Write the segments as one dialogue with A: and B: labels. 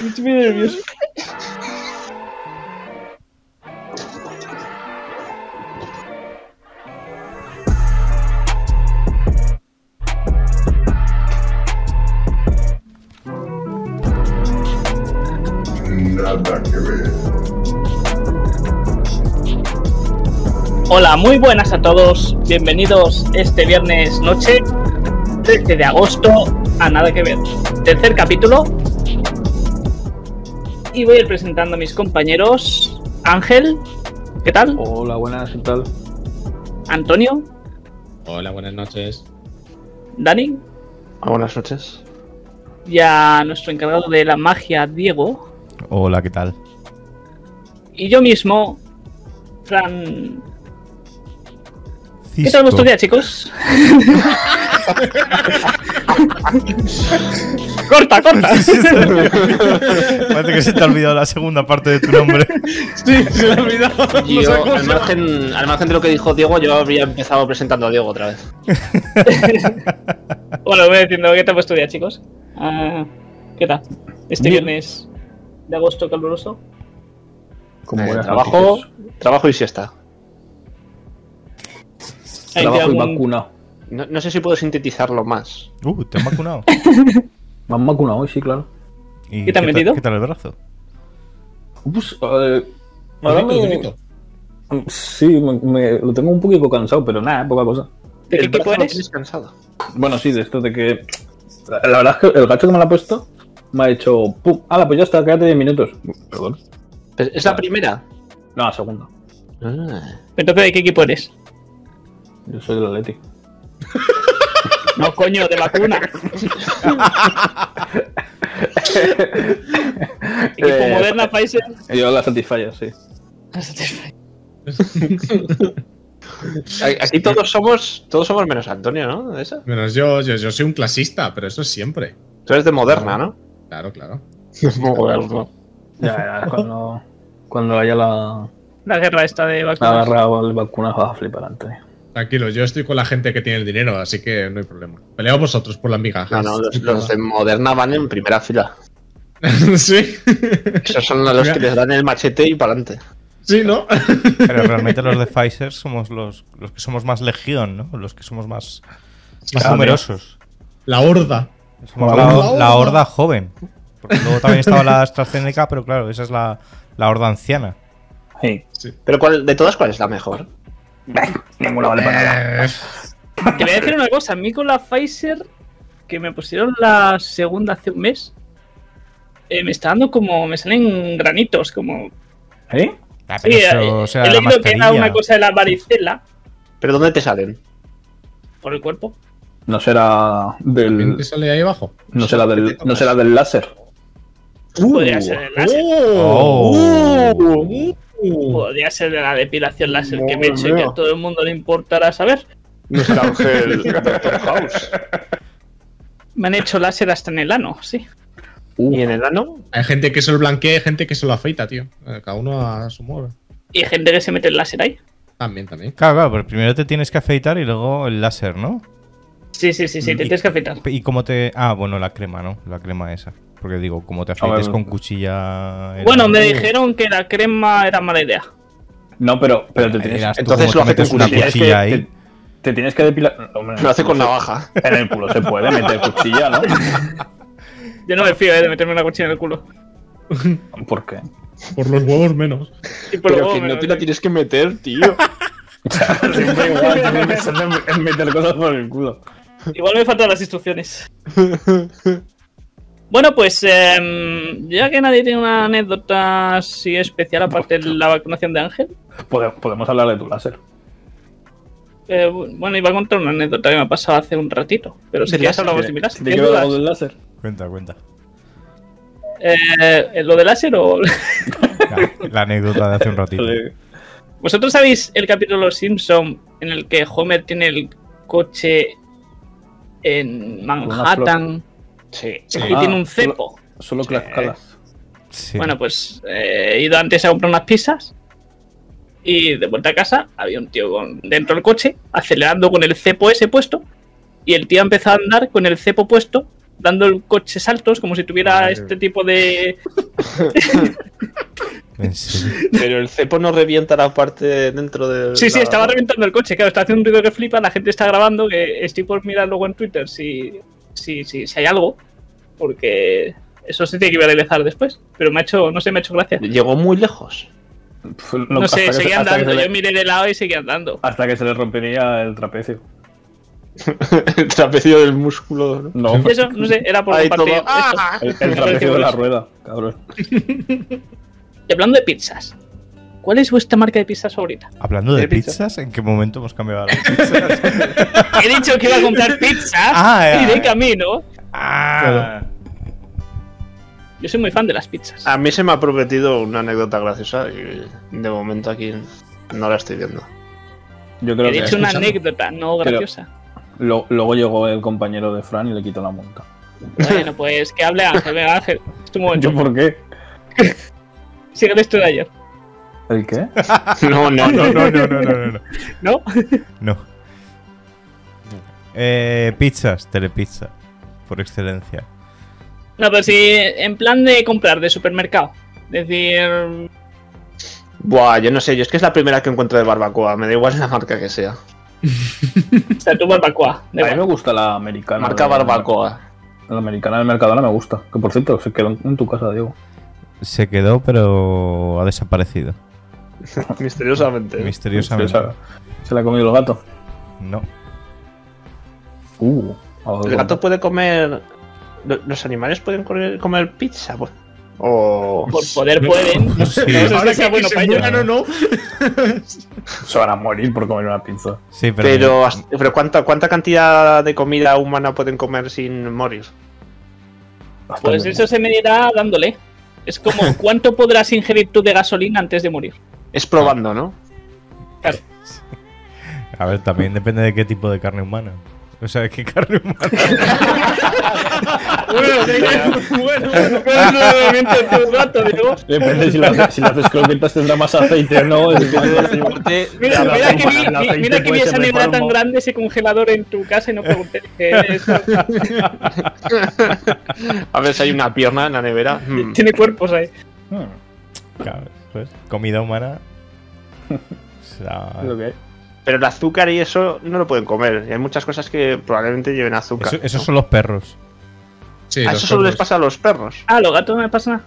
A: Estoy muy nervioso.
B: Nada que ver.
A: Hola, muy buenas a todos. Bienvenidos este viernes noche, 13 de agosto, a Nada que Ver. Tercer capítulo. Y voy a ir presentando a mis compañeros. Ángel, ¿qué tal?
C: Hola, buenas, ¿qué tal?
A: Antonio,
D: Hola, buenas noches.
A: Dani
E: Ah,
C: buenas noches.
A: y a nuestro encargado de la magia, Diego.
F: Hola, ¿qué tal?
A: Y yo mismo, Fran. ¿Qué tal vuestro día, chicos? corta, corta.
F: Parece que se te ha olvidado la segunda parte de tu nombre.
D: Sí, se me ha olvidado.
E: Yo, al margen, al margen de lo que dijo Diego, yo habría empezado presentando a Diego otra vez.
A: Bueno, voy diciendo, ¿qué tal vuestro día, chicos? Ah, ¿Qué tal? Este viernes de agosto caluroso.
C: Con
E: Eh,
C: buenas
E: trabajo,
C: noticias.
E: trabajo y siesta.
A: ¿Hay
C: Trabajo y
A: algún-
C: vacuna.
E: No, no sé si puedo sintetizarlo más.
F: Uh, te han vacunado.
C: Me han vacunado hoy, sí, claro.
F: ¿Y
A: ¿Qué te han
F: tal-
A: metido?
F: ¿Qué tal el brazo?
C: Pues, eh, ahora me... Sí, me, me- lo tengo un poquito cansado, pero nada, poca cosa.
A: ¿De qué
E: El brazo
A: equipo
E: lo
A: eres?
E: tienes cansado.
C: Bueno, sí, de esto de que... La la verdad es que el gacho que me lo ha puesto me ha hecho... ¡Pum! ¡Hala, pues ya está! Quédate 10 minutos. Perdón.
E: Pues, ¿Es la primera?
C: No, la segunda.
E: Ah.
A: Entonces, ¿de qué equipo eres?
C: Yo soy del Atleti.
A: No, coño, de vacuna. Equipo
C: Eh,
A: Moderna Pfizer.
C: Yo la Satisfyer, sí.
E: A- Aquí todos somos, todos somos menos Antonio, ¿no? ¿De eso?
D: Menos yo, yo, yo soy un clasista, pero eso es siempre.
E: Tú eres de Moderna, ¿no?
D: Claro, claro.
E: Moderna.
C: Ya, ya, cuando, cuando haya la,
A: La guerra esta de
C: la
A: vacunas.
C: agarra o el vacuna vas a flipar, Antonio.
D: Tranquilo, yo estoy con la gente que tiene el dinero, así que no hay problema. Peleo vosotros por las
E: No,
D: migajas.
E: no, los, los de Moderna van en primera fila.
D: sí,
E: Esos son a los que les dan el machete y para adelante.
D: sí, ¿no?
F: Pero realmente los de Pfizer somos los, los que somos más legión, ¿no? Los que somos más, más
C: Claro.
F: numerosos.
D: La horda.
F: Somos
C: La
F: la,
D: horda.
F: la horda joven. Porque luego también estaba la AstraZeneca, pero claro, esa es la, la horda anciana.
C: Sí.
E: Pero ¿cuál, de todas, ¿cuál es la mejor?
C: Ninguna vale para nada.
D: Eh,
A: Te voy a decir una cosa. A mí con la Pfizer, que me pusieron la segunda hace un mes, eh, me está dando como. Me salen granitos, como.
C: ¿Eh?
F: Ah,
A: Sí,
F: pero eso,
A: eh,
F: o sea,
A: he
F: la
A: leído que era
F: mascarilla.
A: una cosa de la varicela
E: ¿Pero dónde te salen?
A: por el cuerpo.
C: No será
D: ¿Quién te
C: del.
D: sale ahí abajo?
C: No será del. No será del láser.
E: Uh,
A: Podría ser el láser.
F: Oh.
D: ¡Uh!
A: Podría ser de la depilación láser que me he
E: uh. Madre
A: hecho y que a
E: mía.
A: todo el mundo le importará saber.
E: Nuestro ángel Doctor House.
A: Me han hecho láser hasta en el ano, sí.
E: Uh, ¿Y en el ano?
D: Hay gente que se lo blanquea y hay gente que se lo afeita, tío. Eh, Cada uno a su modo.
A: Y hay gente que se mete el láser ahí.
D: También, también.
F: Claro, claro, pero primero te tienes que afeitar y luego el láser, ¿no?
A: Sí, sí, sí, sí, te
F: Y-
A: tienes que afeitar.
F: ¿Y cómo te.? Ah, bueno, la crema, ¿no? La crema esa. Porque digo, como te afeites
C: ver.
F: con cuchilla. era-
A: Bueno, me dijeron que la crema era mala idea.
C: No, pero, pero te
F: Ahí
C: tienes,
F: dirás tú
E: entonces
F: cómo
E: lo
F: te
E: hace con
F: metes una
E: cuchilla,
F: cuchilla
E: es que
F: ahí.
C: te, te tienes que depilar. Hombre,
E: Lo hace con
C: Ah, no sé.
E: navaja.
C: En el culo se puede meter cuchilla, ¿no?
A: Yo no me fío eh, de meterme una cuchilla en el culo.
C: ¿Por qué?
D: Por los huevos menos.
A: Y por luego
E: que
A: me-
E: no te la tienes que meter, tío.
C: Siempre igual, siempre pensando en- en meter cosas por el culo.
A: Igual me faltan las instrucciones. Bueno, pues em, ya que nadie tiene una anécdota así especial aparte de la vacunación de Ángel,
C: Pode- Podemos hablar de tu láser.
A: eh, bueno, iba a contar una anécdota que me ha pasado hace un ratito, pero si
E: Del
A: quieres
E: láser,
A: hablamos de
C: ¿Tiene-
A: mi láser.
C: ¿Tiene que
A: ¿Tienes
C: ver algo
A: dudas?
C: del láser?
F: Cuenta, cuenta.
A: Eh, ¿Lo del láser o...?
F: Ya, Ah, la anécdota de hace un ratito.
C: Vale.
A: ¿Vosotros sabéis el capítulo de Los Simpson en el que Homer tiene el coche en Manhattan
E: Sí.
A: y
C: Ah,
A: tiene un
C: solo-
A: cepo?
C: Solo que las calas.
F: Sí.
A: Bueno, pues eh, he ido antes a comprar unas pizzas y de vuelta a casa había un tío con- dentro del coche acelerando con el cepo ese puesto y el tío empezó a andar con el cepo puesto dando el coche saltos como si tuviera
D: Madre
A: este tipo de...
F: En serio.
E: Pero el cepo no revienta la parte dentro del.
A: Sí, sí,
E: la-
A: estaba reventando el coche, claro, está haciendo un ruido que flipa, la gente está grabando, que estoy por mirar luego en Twitter si, si, si, si hay algo, porque eso se tiene que viralizar después, pero me ha hecho, no sé, me ha hecho gracia.
E: Llegó muy lejos.
C: Pf, lo-
A: No sé,
C: hasta que se-
A: seguí
C: hasta que
A: andando,
C: se le-
A: yo miré de lado y seguí andando.
C: Hasta que se le rompería el trapecio.
E: el trapecio del músculo. ¿no?
C: No,
A: Y Eso, no sé, era por
E: Ahí
A: compartir
E: todo.
A: esto.
E: ¡Ah!
C: el, el trapecio de la rueda, cabrón.
A: Y hablando de pizzas, ¿cuál es vuestra marca de pizzas favorita?
F: Hablando de
E: ¿De pizza?
F: pizzas, ¿en qué momento hemos cambiado la
A: He dicho que iba a comprar pizzas
F: Ah, ya,
A: y de
F: ya.
A: camino.
F: Ah,
A: Yo soy muy fan de las pizzas.
E: A mí se me ha prometido una anécdota graciosa y de momento aquí no la estoy viendo.
C: Yo creo
A: He
C: que
A: dicho una
C: escuchando.
A: anécdota, no
C: Pero-
A: graciosa.
C: Lo- luego llegó el compañero de Fran y le quitó la monta.
A: Bueno, pues que hable Ángel, venga Ángel. Es tu momento.
C: ¿Yo por qué?
A: Sigue el esto de ayer,
C: ¿El qué?
E: No, no, no, no.
F: No, no, no, no, no. no.
A: ¿no?
F: No. Eh, pizzas, telepizza. Por excelencia.
A: No, pero si en plan de comprar de supermercado. Es decir,
E: Buah, yo no sé, yo es que es la primera que encuentro de barbacoa, me da igual la marca que sea.
A: o sea, tu barbacoa. da
C: A mí me
A: igual.
C: gusta la americana.
E: Marca
C: de-
E: barbacoa.
C: La americana del Mercadona me gusta. Que por cierto, se quedó en en tu casa, Diego.
F: Se quedó, pero ha desaparecido.
E: Misteriosamente. ¿eh?
F: Misteriosamente.
C: Se, se la ha comido el gato.
F: No.
C: Uh, ahora
E: ¿El
C: lo-
E: gato puede comer. lo- ¿Los animales pueden comer, comer pizza? bu- O.
A: Por poder pueden. No sé, no sé si
D: Ahora
A: sea
D: que,
A: bueno
D: se
A: para ellos.
D: mueran o no,
C: Se van a morir por comer una pizza.
F: Sí, pero.
E: Pero, hasta- pero ¿cuánta, ¿cuánta cantidad de comida humana pueden comer sin morir?
C: Hasta
A: Pues
C: que-
A: eso se medirá dándole. Es como, ¿cuánto podrás ingerir tú de gasolina antes de morir?
E: Es probando, ¿no?
F: A ver, también depende de qué tipo de carne humana. O sea, qué carne humana.
A: Bueno, bueno, bueno, tu rato, Diego.
C: Depende Eh, si las, si las croquetas tendrá más aceite o no. es que-
A: Mira,
C: El
A: mira que
C: aceite- el
A: vi,
C: aceite
A: mira que vi
C: puede
A: esa
C: ser
A: nevera tan
C: reformo.
A: grande, ese congelador en tu casa y no pregunté qué es.
E: A ver si hay una pierna en la nevera. Mm.
A: Tiene cuerpos ahí.
C: Hmm,
F: Claro, ¿sabes? Comida humana. O sea,
C: es lo que hay.
E: Pero el azúcar y eso no lo pueden comer. Y hay muchas cosas que probablemente lleven azúcar.
F: eso- esos
E: ¿no?
F: son los perros.
D: Sí,
E: Ah,
D: los
E: eso solo les
D: perros.
E: pasa a los perros.
A: Ah, los gatos no me pasa nada.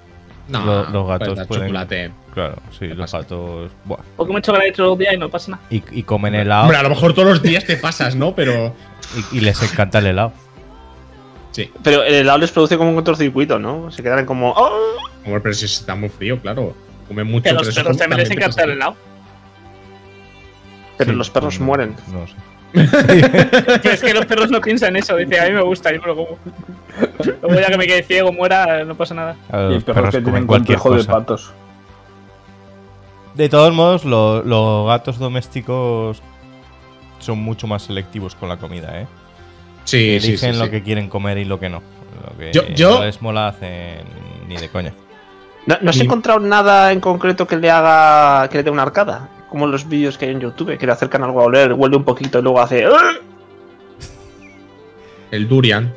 D: No,
F: Lo- los gatos
D: pues, da
F: pueden-
D: chocolate.
F: Claro, sí, los
D: pasa?
F: gatos. Buah.
A: Porque me he hecho chocolate todos los días y no pasa nada.
F: Y, y comen helado
D: Hombre, a lo mejor todos los días te pasas, ¿no? Pero.
F: y, y les encanta el helado.
D: Sí.
E: Pero el helado les produce como un cortocircuito, ¿no? Se quedan como. "Oh".
D: Hombre, pero si está muy frío, claro. Come mucho.
A: Que a los
D: eso
A: perros también les
D: te
A: encanta
D: pasa.
A: el helado.
E: Pero
F: Sí,
E: los perros
F: no,
E: mueren.
F: No sé.
A: Pero es que los perros no piensan eso. Dice, a mí me gusta, yo me lo como. Luego ya que me quede ciego, muera, no pasa nada.
F: A
C: Y
F: los
C: perros que
F: comen
C: tienen
F: cualquier
C: complejo de
F: cosa.
C: patos.
F: De todos modos, lo- los gatos domésticos son mucho más selectivos con la comida, ¿eh?
D: Sí, sí,
F: Eligen
D: sí.
F: lo
D: sí.
F: que quieren comer y lo que no. Lo que
D: Yo- yo-
F: no les mola hacen ni de coña.
E: ¿No, no has
D: Mi-
E: encontrado nada en concreto que le haga. que le dé una arcada? Como los vídeos que hay en YouTube, que le acercan algo a oler, huele un poquito y luego hace. "Ah".
D: El durian.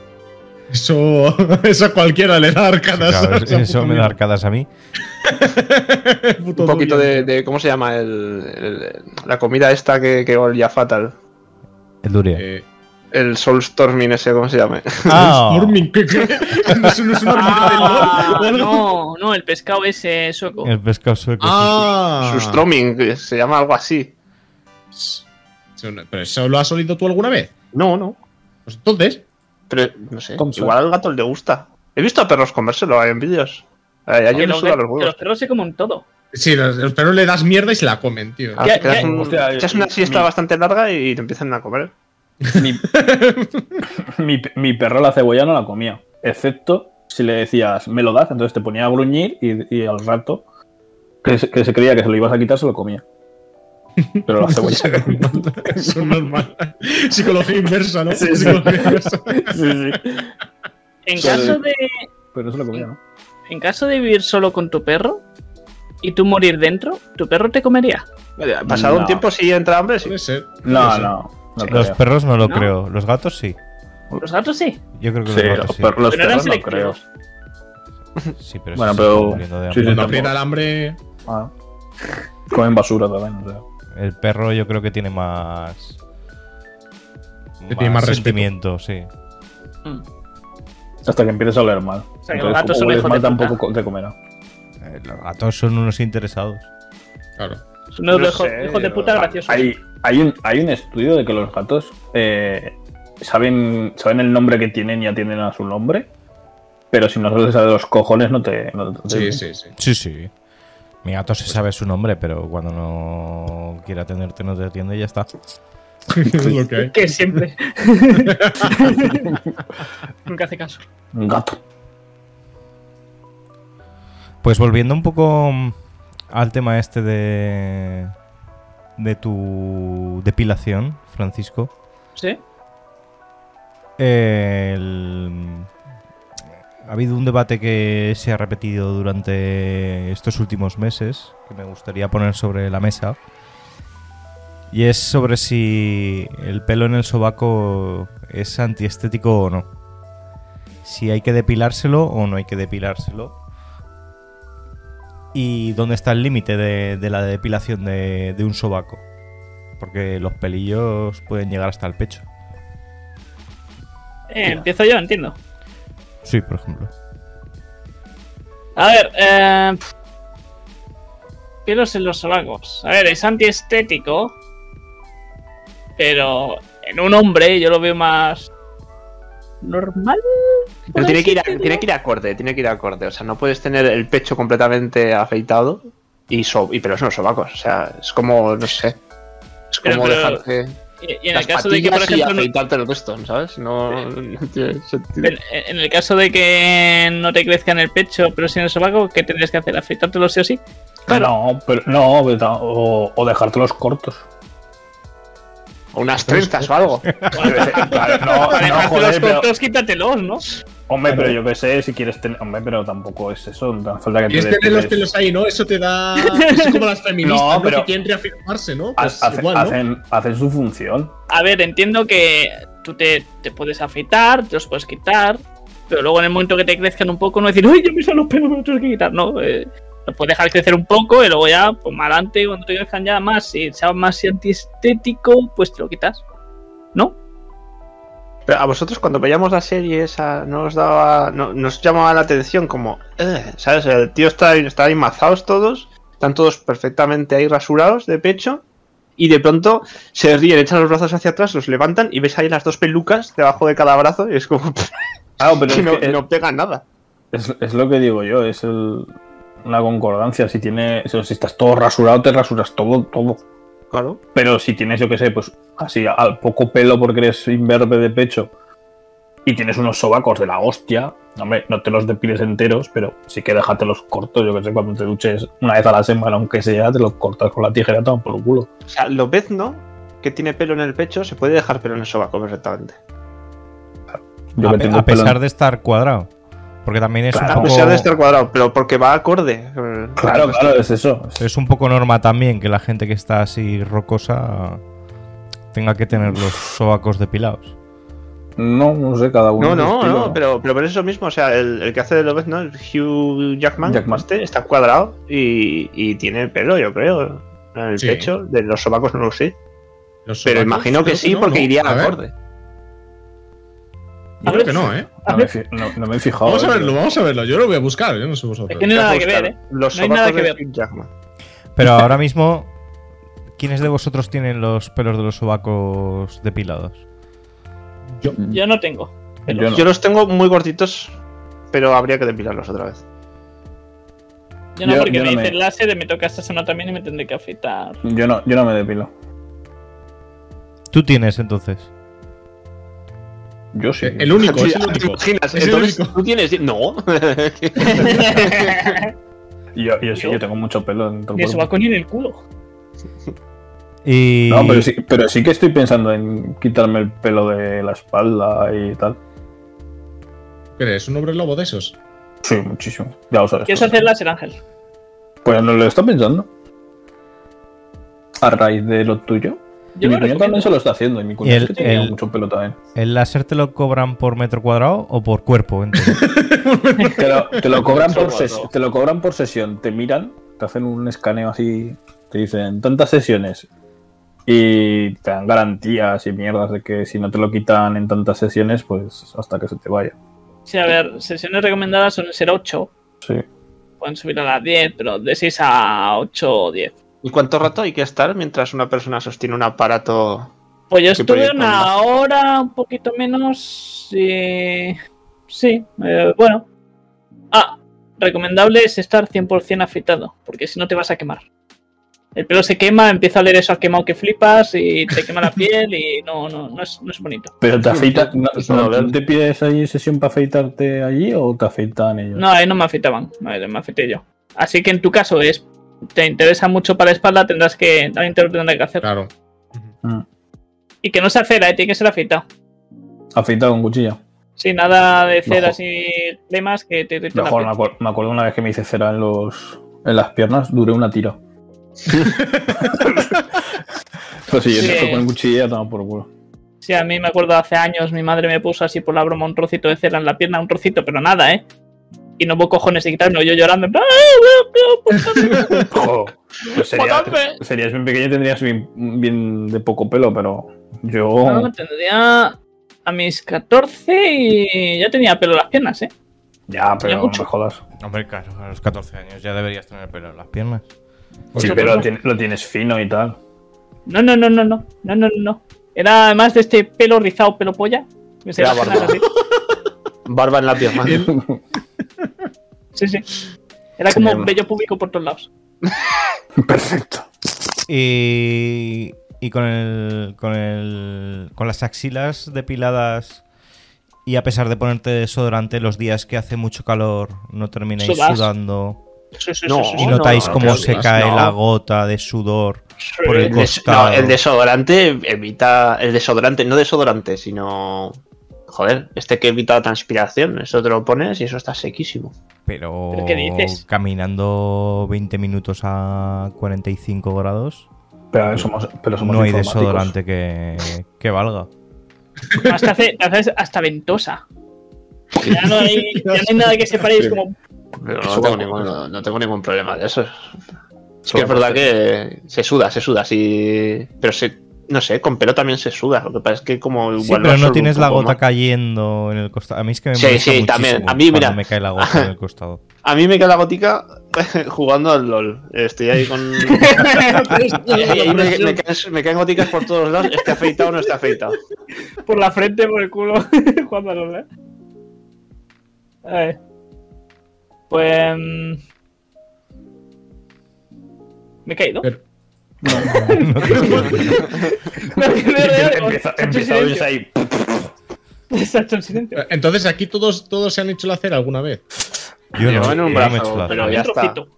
D: Eso, eso cualquiera le da arcadas.
F: Claro,
D: O sea,
F: eso
D: puto
F: me da
D: mierda.
F: arcadas a mí.
D: El puto
E: Un poquito
D: durian.
E: de, de- ¿Cómo se llama? El- el- la comida esta que, que olía fatal.
F: El durian.
D: Eh,
E: El Soulstorming ese, ¿cómo se llama?
F: Ah,
D: Storming, ¿qué, qué? No es un- es una hormiga de
A: Ah,
D: LOL o algo.
A: no, no, el pescado ese sueco.
F: el pescado sueco. sí,
D: Ah.
E: Sustroming, que se llama algo así.
D: Sí, no, ¿Pero eso lo has olido tú alguna vez?
E: No, no.
D: Pues entonces.
E: Pero, no sé.
C: Thompson.
E: Igual al gato le gusta. He visto a perros comérselo hay en vídeos. Ay, ay, yo
A: Que
E: le
A: los,
E: suda
A: que
E: los
A: los
E: huevos.
A: perros se comen todo.
D: Sí, los, los perros le das mierda y se la comen, tío.
E: Ah,
A: Ya-
E: te quedas
A: ya-
E: un-
C: Hostia,
E: echas una
C: mi-
E: siesta
C: mi-
E: bastante larga y te empiezan a comer.
C: Mi, mi, mi perro la cebolla no la comía. Excepto si le decías, me lo das, entonces te ponía a gruñir y, y al rato que se, que se creía que se lo ibas a quitar, se lo comía. Pero la cebolla.
D: Eso es normal. Psicología inversa, ¿no?
C: Sí, sí.
D: Psicología inversa.
C: Sí, sí.
A: En
C: Claro.
A: caso de,
C: Pero no se lo comía, ¿no?
A: en caso de vivir solo con tu perro y tú morir dentro, ¿tu perro te comería?
E: Vale, pasado
C: No.
E: un tiempo, si entra hambre, sí.
D: Puede ser.
C: No,
D: puede ser.
C: no. no
F: Los
C: creo.
F: perros no lo
A: ¿No?
F: creo, los gatos sí.
A: Los gatos sí.
F: Yo creo que
C: Sí,
F: los
C: los
F: gatos sí.
C: perros, los
A: Pero eran
C: perros no creo.
A: selectivos.
F: Sí, pero
C: Bueno,
F: se
C: pero-
F: están muriendo de
C: sí,
F: hambre.
C: sí.
D: Cuando aprieta el hambre.
C: Ah. Comen basura también, o sea.
F: El perro yo creo que tiene más.
D: Que tiene más respeto.
F: sentimiento, sí.
A: Mm.
C: Hasta que empieces a oler mal.
A: sea, que
C: Entonces,
A: los gatos
C: como
A: son
C: hueles
A: hijos
C: mal,
A: de puta.
C: tampoco co- te comerá.
F: Eh, Los gatos son unos interesados.
D: Claro.
A: Son unos
C: No
A: hijos,
C: sé,
A: hijos de puta
C: yo- Ah,
A: graciosos.
C: Hay, hay, un, hay un estudio de que los gatos eh, saben, saben el nombre que tienen y atienden a su nombre, pero si no se les sale de los cojones no te. no te-
D: Sí, sí, sí.
F: Sí, sí. Mi gato se sabe su nombre, pero cuando no quiere atenderte, no te atiende y ya está.
D: Es lo que hay.
A: Que siempre. Nunca hace caso.
C: Un gato.
F: Pues volviendo un poco mm, al tema este de. de tu depilación, Francisco.
A: ¿Sí?
F: El- Ha habido un debate que se ha repetido durante estos últimos meses, que me gustaría poner sobre la mesa, y es sobre si el pelo en el sobaco es antiestético o no. Si hay que depilárselo o no hay que depilárselo. Y dónde está el límite de, de la depilación de- de un sobaco. Porque los pelillos pueden llegar hasta el pecho.
A: Eh, empiezo yo, entiendo.
F: Sí, por ejemplo.
A: A ver, eh, pf. pelos en los sobacos. A ver, es antiestético, pero en un hombre yo lo veo más normal.
E: Pero
A: por
E: tiene
A: así
E: que, ir a-
A: decirlo.
E: tiene que ir acorde, tiene que ir acorde. O sea, no puedes tener el pecho completamente afeitado y, so y pelos en los sobacos. O sea, es como, no sé. Es
A: Pero-
E: como
A: pero-
E: dejarte.
A: Y, y en
E: las
A: el caso de que, por
E: patillas y
A: ejemplo, en,
E: afeitarte el resto, ¿sabes? No, no tiene sentido.
A: en- en el caso de que no te crezca en el pecho, pero sí en el sobaco, ¿qué tendrías que hacer? ¿Afeitártelo sí o sí?
C: No, pero, no pero ta- o, o dejártelos cortos.
E: O unas trenzas o algo.
C: Claro,
A: Para
C: no, no,
A: dejarte los
C: joder, pero,
A: cortos, quítatelos, ¿no?
C: hombre, pero yo qué sé, si quieres tener. Hombre, pero tampoco es eso, no hace falta que te
D: Y es tener los
C: depiles.
D: pelos ahí, ¿no? Eso te da. Es como las feministas,
C: No,
D: ¿no?
C: pero-
D: Que quieren reafirmarse, ¿no?
C: Ha-
D: Pues
C: hacen-
D: igual, ¿no?
C: hacen, hacen su función.
A: A ver, entiendo que tú te, te puedes afeitar, te los puedes quitar, pero luego en el momento que te crezcan un poco, no decir, ¡ay, yo me hice los pelos, me los tengo que quitar! No, eh, los puedes dejar crecer un poco y luego ya, pues más adelante, cuando te crezcan ya más, si sea más antiestético, pues te lo quitas. ¿No?
E: Pero a vosotros cuando veíamos la serie esa no os daba, no, nos llamaba la atención como, "Eh", ¿sabes? El tío está, ahí- está ahí mazados todos, están todos perfectamente ahí rasurados de pecho y de pronto se ríen, echan los brazos hacia atrás, los levantan y ves ahí las dos pelucas debajo de cada brazo y es como
C: Claro, pero
E: que
C: es
E: no,
C: que-
E: no pegan nada.
C: Es, es lo que digo yo, es el- una concordancia. Si tiene, o sea, si estás todo rasurado, te rasuras todo, todo.
E: Claro.
C: Pero si tienes, yo qué sé, pues así al poco pelo porque eres imberbe de pecho y tienes unos sobacos de la hostia, hombre, no te los depiles enteros, pero sí que déjatelos cortos, yo qué sé, cuando te duches una vez a la semana, aunque sea, te los cortas con la tijera, toma por el culo.
E: O sea, Lobezno, que tiene pelo en el pecho, se puede dejar pelo en el sobaco perfectamente.
C: Yo
F: a,
C: que
F: pe-
C: tengo
F: a
C: pelo en-
F: pesar de estar cuadrado. Porque también es,
C: Claro.
F: un
E: A
F: poco,
E: pesar de estar cuadrado, pero porque va acorde. eh,
C: Claro, claro, es eso. es-
F: es un poco norma también que la gente que está así rocosa tenga que tener los sobacos depilados.
C: No, no sé, cada
E: No,
C: uno. es su
E: no,
C: estilo,
E: no, pero, pero por eso mismo, o sea, el, el que hace de Lobezno, el Hugh Jackman,
C: Jackman.
E: este, está cuadrado y, y tiene pelo, yo creo, en el
D: Sí.
E: pecho, de los sobacos no lo sé,
D: Los
E: pero
D: sobacos,
E: imagino que
D: creo
E: sí
D: no,
E: porque
D: ¿no?
E: iría
D: A
E: al
D: ver,
E: acorde.
D: Yo creo que no, ¿eh?
C: No me, fi- no- no me he fijado.
D: Vamos a
C: eh,
D: verlo, vamos a verlo. Yo lo voy a buscar, yo no sé vosotros.
A: Es que no hay nada que
E: Buscar
A: ver, ¿eh?
E: pues Los
A: No hay
E: sobacos
A: nada que
E: de
A: ver.
E: Hugh Jackman.
F: Pero ahora mismo, ¿quiénes de vosotros tienen los pelos de los sobacos depilados?
A: Yo no tengo.
C: pero Yo no.
E: Yo los tengo muy cortitos, pero habría que depilarlos otra vez.
A: Yo no,
C: Yo-
A: porque
C: yo no
A: me
C: me-
A: hice el láser y me toca esta zona también y me tendré que afeitar.
C: Yo no, yo no me depilo.
F: Tú tienes entonces.
C: Yo sí.
D: Eh, El único, es el
E: ¿Te
D: único.
E: imaginas?
D: Es el
E: Entonces,
D: único.
E: tú tienes... No.
C: Yo, yo sí,
A: Yo-
C: yo tengo mucho pelo en todo
A: Ni
C: el
A: el
C: cuerpo.
A: sobaco ni en el culo.
F: Y
C: No, pero sí, pero sí que estoy pensando en quitarme el pelo de la espalda y tal.
D: ¿Qué ¿Eres un hombre lobo de esos?
C: Sí, muchísimo. Ya lo sabes.
A: ¿Quieres hacer láser, Ángel?
C: Pues no lo estoy pensando. A raíz de lo tuyo.
A: Yo
C: mi
A: lo
C: cuñado
A: recomiendo.
C: también se lo está haciendo. Y mi
F: Y
C: cuñado
F: el-
C: es que tenía
F: el-
C: mucho pelo también.
F: ¿El láser te lo cobran por metro cuadrado o por cuerpo? entero?
C: Te lo, te lo cobran por
A: Eso,
C: ses-
A: guapo.
C: te lo cobran por sesión, te miran, te hacen un escaneo así, te dicen tantas sesiones y te dan garantías y mierdas de que si no te lo quitan en tantas sesiones, pues hasta que se te vaya.
A: Sí, a ver, sesiones recomendadas suelen ser 8.
C: Sí.
A: Pueden subir a las 10, pero de 6 a 8 o 10.
E: ¿Y cuánto rato hay que estar mientras una persona sostiene un aparato?
A: Pues yo
E: ¿Qué
A: estuve
E: proyectan
A: una hora, un poquito menos. y- Sí, eh, bueno. Ah, recomendable es estar 100% afeitado, porque si no te vas a quemar. El pelo se quema, empieza a leer eso a quemado que flipas y te quema la piel y no, no, no, es, no es bonito.
C: Pero te afeitan, no,
E: Eso va a
C: no-
E: ver.
C: ¿te pides ahí sesión para afeitarte allí o te afeitan ellos?
A: No, ahí no me afeitaban, ahí me afeité yo. Así que en tu caso es, te interesa mucho para la espalda, tendrás que, alguien te lo tendrá que hacer.
D: Claro.
A: Y que no se cera, eh, tiene que ser afeitado.
C: Afeitado con cuchilla.
A: Sí, nada de ceras
C: Mejor.
A: y demás que te irritan la
C: Mejor,
A: piel.
C: me, acuer- me acuerdo una vez que me hice cera en, los, en las piernas, duré una tira. pues sí,
A: Sí.
C: eso con cuchilla, toma por culo.
A: Sí, a mí me acuerdo hace años mi madre me puso así por la broma un trocito de cera en la pierna, un trocito, pero nada, ¿eh? Y no hubo cojones de quitarme, yo llorando. ¡Ah, pues no, no,
C: Jo, pues sería-
A: Potame.
C: serías bien pequeño y tendrías bien, bien de poco pelo, pero yo.
A: no! No, tendría a mis 14 y ya tenía pelo en las piernas, ¿eh?
C: ya, pero
A: tenía mucho.
C: no me jodas.
F: Hombre, claro, a los 14 años ya deberías tener pelo en las piernas.
C: Sí, pero lo tien- lo tienes fino y tal.
A: No, no, no, no, no, no, no, no. Era además de este pelo rizado, pelo polla. Me
E: Era
A: salían las
E: barba.
A: así.
E: Barba en la pierna.
A: Sí, sí. Era como un bello público por todos lados.
C: Perfecto.
F: Y, y con el, con el con las axilas depiladas y a pesar de ponerte desodorante los días que hace mucho calor no termináis
A: Sudas.
F: sudando
A: Sí, sí,
E: No,
A: sí, sí,
F: y
E: no,
F: notáis
E: Oh, no,
F: cómo
E: pero
F: se
E: sudas,
F: cae
E: no.
F: la gota de sudor
A: sí.
F: por el
E: El, des-
F: costado.
E: no, el desodorante evita. El desodorante, no desodorante, sino. Joder, este que evita la transpiración. Eso te lo pones y eso está sequísimo.
F: Pero,
A: ¿Pero qué dices?
F: caminando 20 minutos a 45 grados
C: Pero somos, pero somos
F: no hay
C: informáticos.
F: desodorante que, que valga.
A: Además, te hace, te hace hasta ventosa. Ya no hay, ya no hay nada que separe, es como
E: Pero
C: Eso
E: no tengo,
C: va-
E: ningún, no, no tengo ningún problema de eso. Es
C: Eso
E: que es
C: va-
E: verdad que se suda, se suda, sí. Pero se, no sé, con pelo también se suda. Lo que pasa es que como igual
F: Sí,
E: lo
F: pero no
E: absorbe
F: tienes
E: un
F: la
E: poco
F: gota
E: más.
F: cayendo en el costado. A mí es que me
E: Sí,
F: molesta
E: sí,
F: muchísimo
E: también. A mí,
F: cuando
E: mira.
F: me cae la gota en el costado.
E: A mí me cae la botica jugando al LOL. Estoy ahí con. Y ahí me, me caen, me caen goticas por todos lados. Este afeitado o no está afeitado.
A: por la frente, por el culo, jugando al LoL, ¿eh? A ver. Pues. mm, Me he caído.
D: Pero-
A: No, que me he rodeado,
C: Empieza,
A: se ha hecho
C: empieza a oírse
A: silencio.
C: ahí.
A: Se ha hecho el silencio.
D: Entonces aquí todos, todos se han hecho la cera alguna vez.
F: Yo no, eh,
E: Yo en
F: yo no
E: un
F: me he hecho
E: brazo,
F: la
E: pero
F: cera.
E: ya
A: Un
E: está.
A: trocito.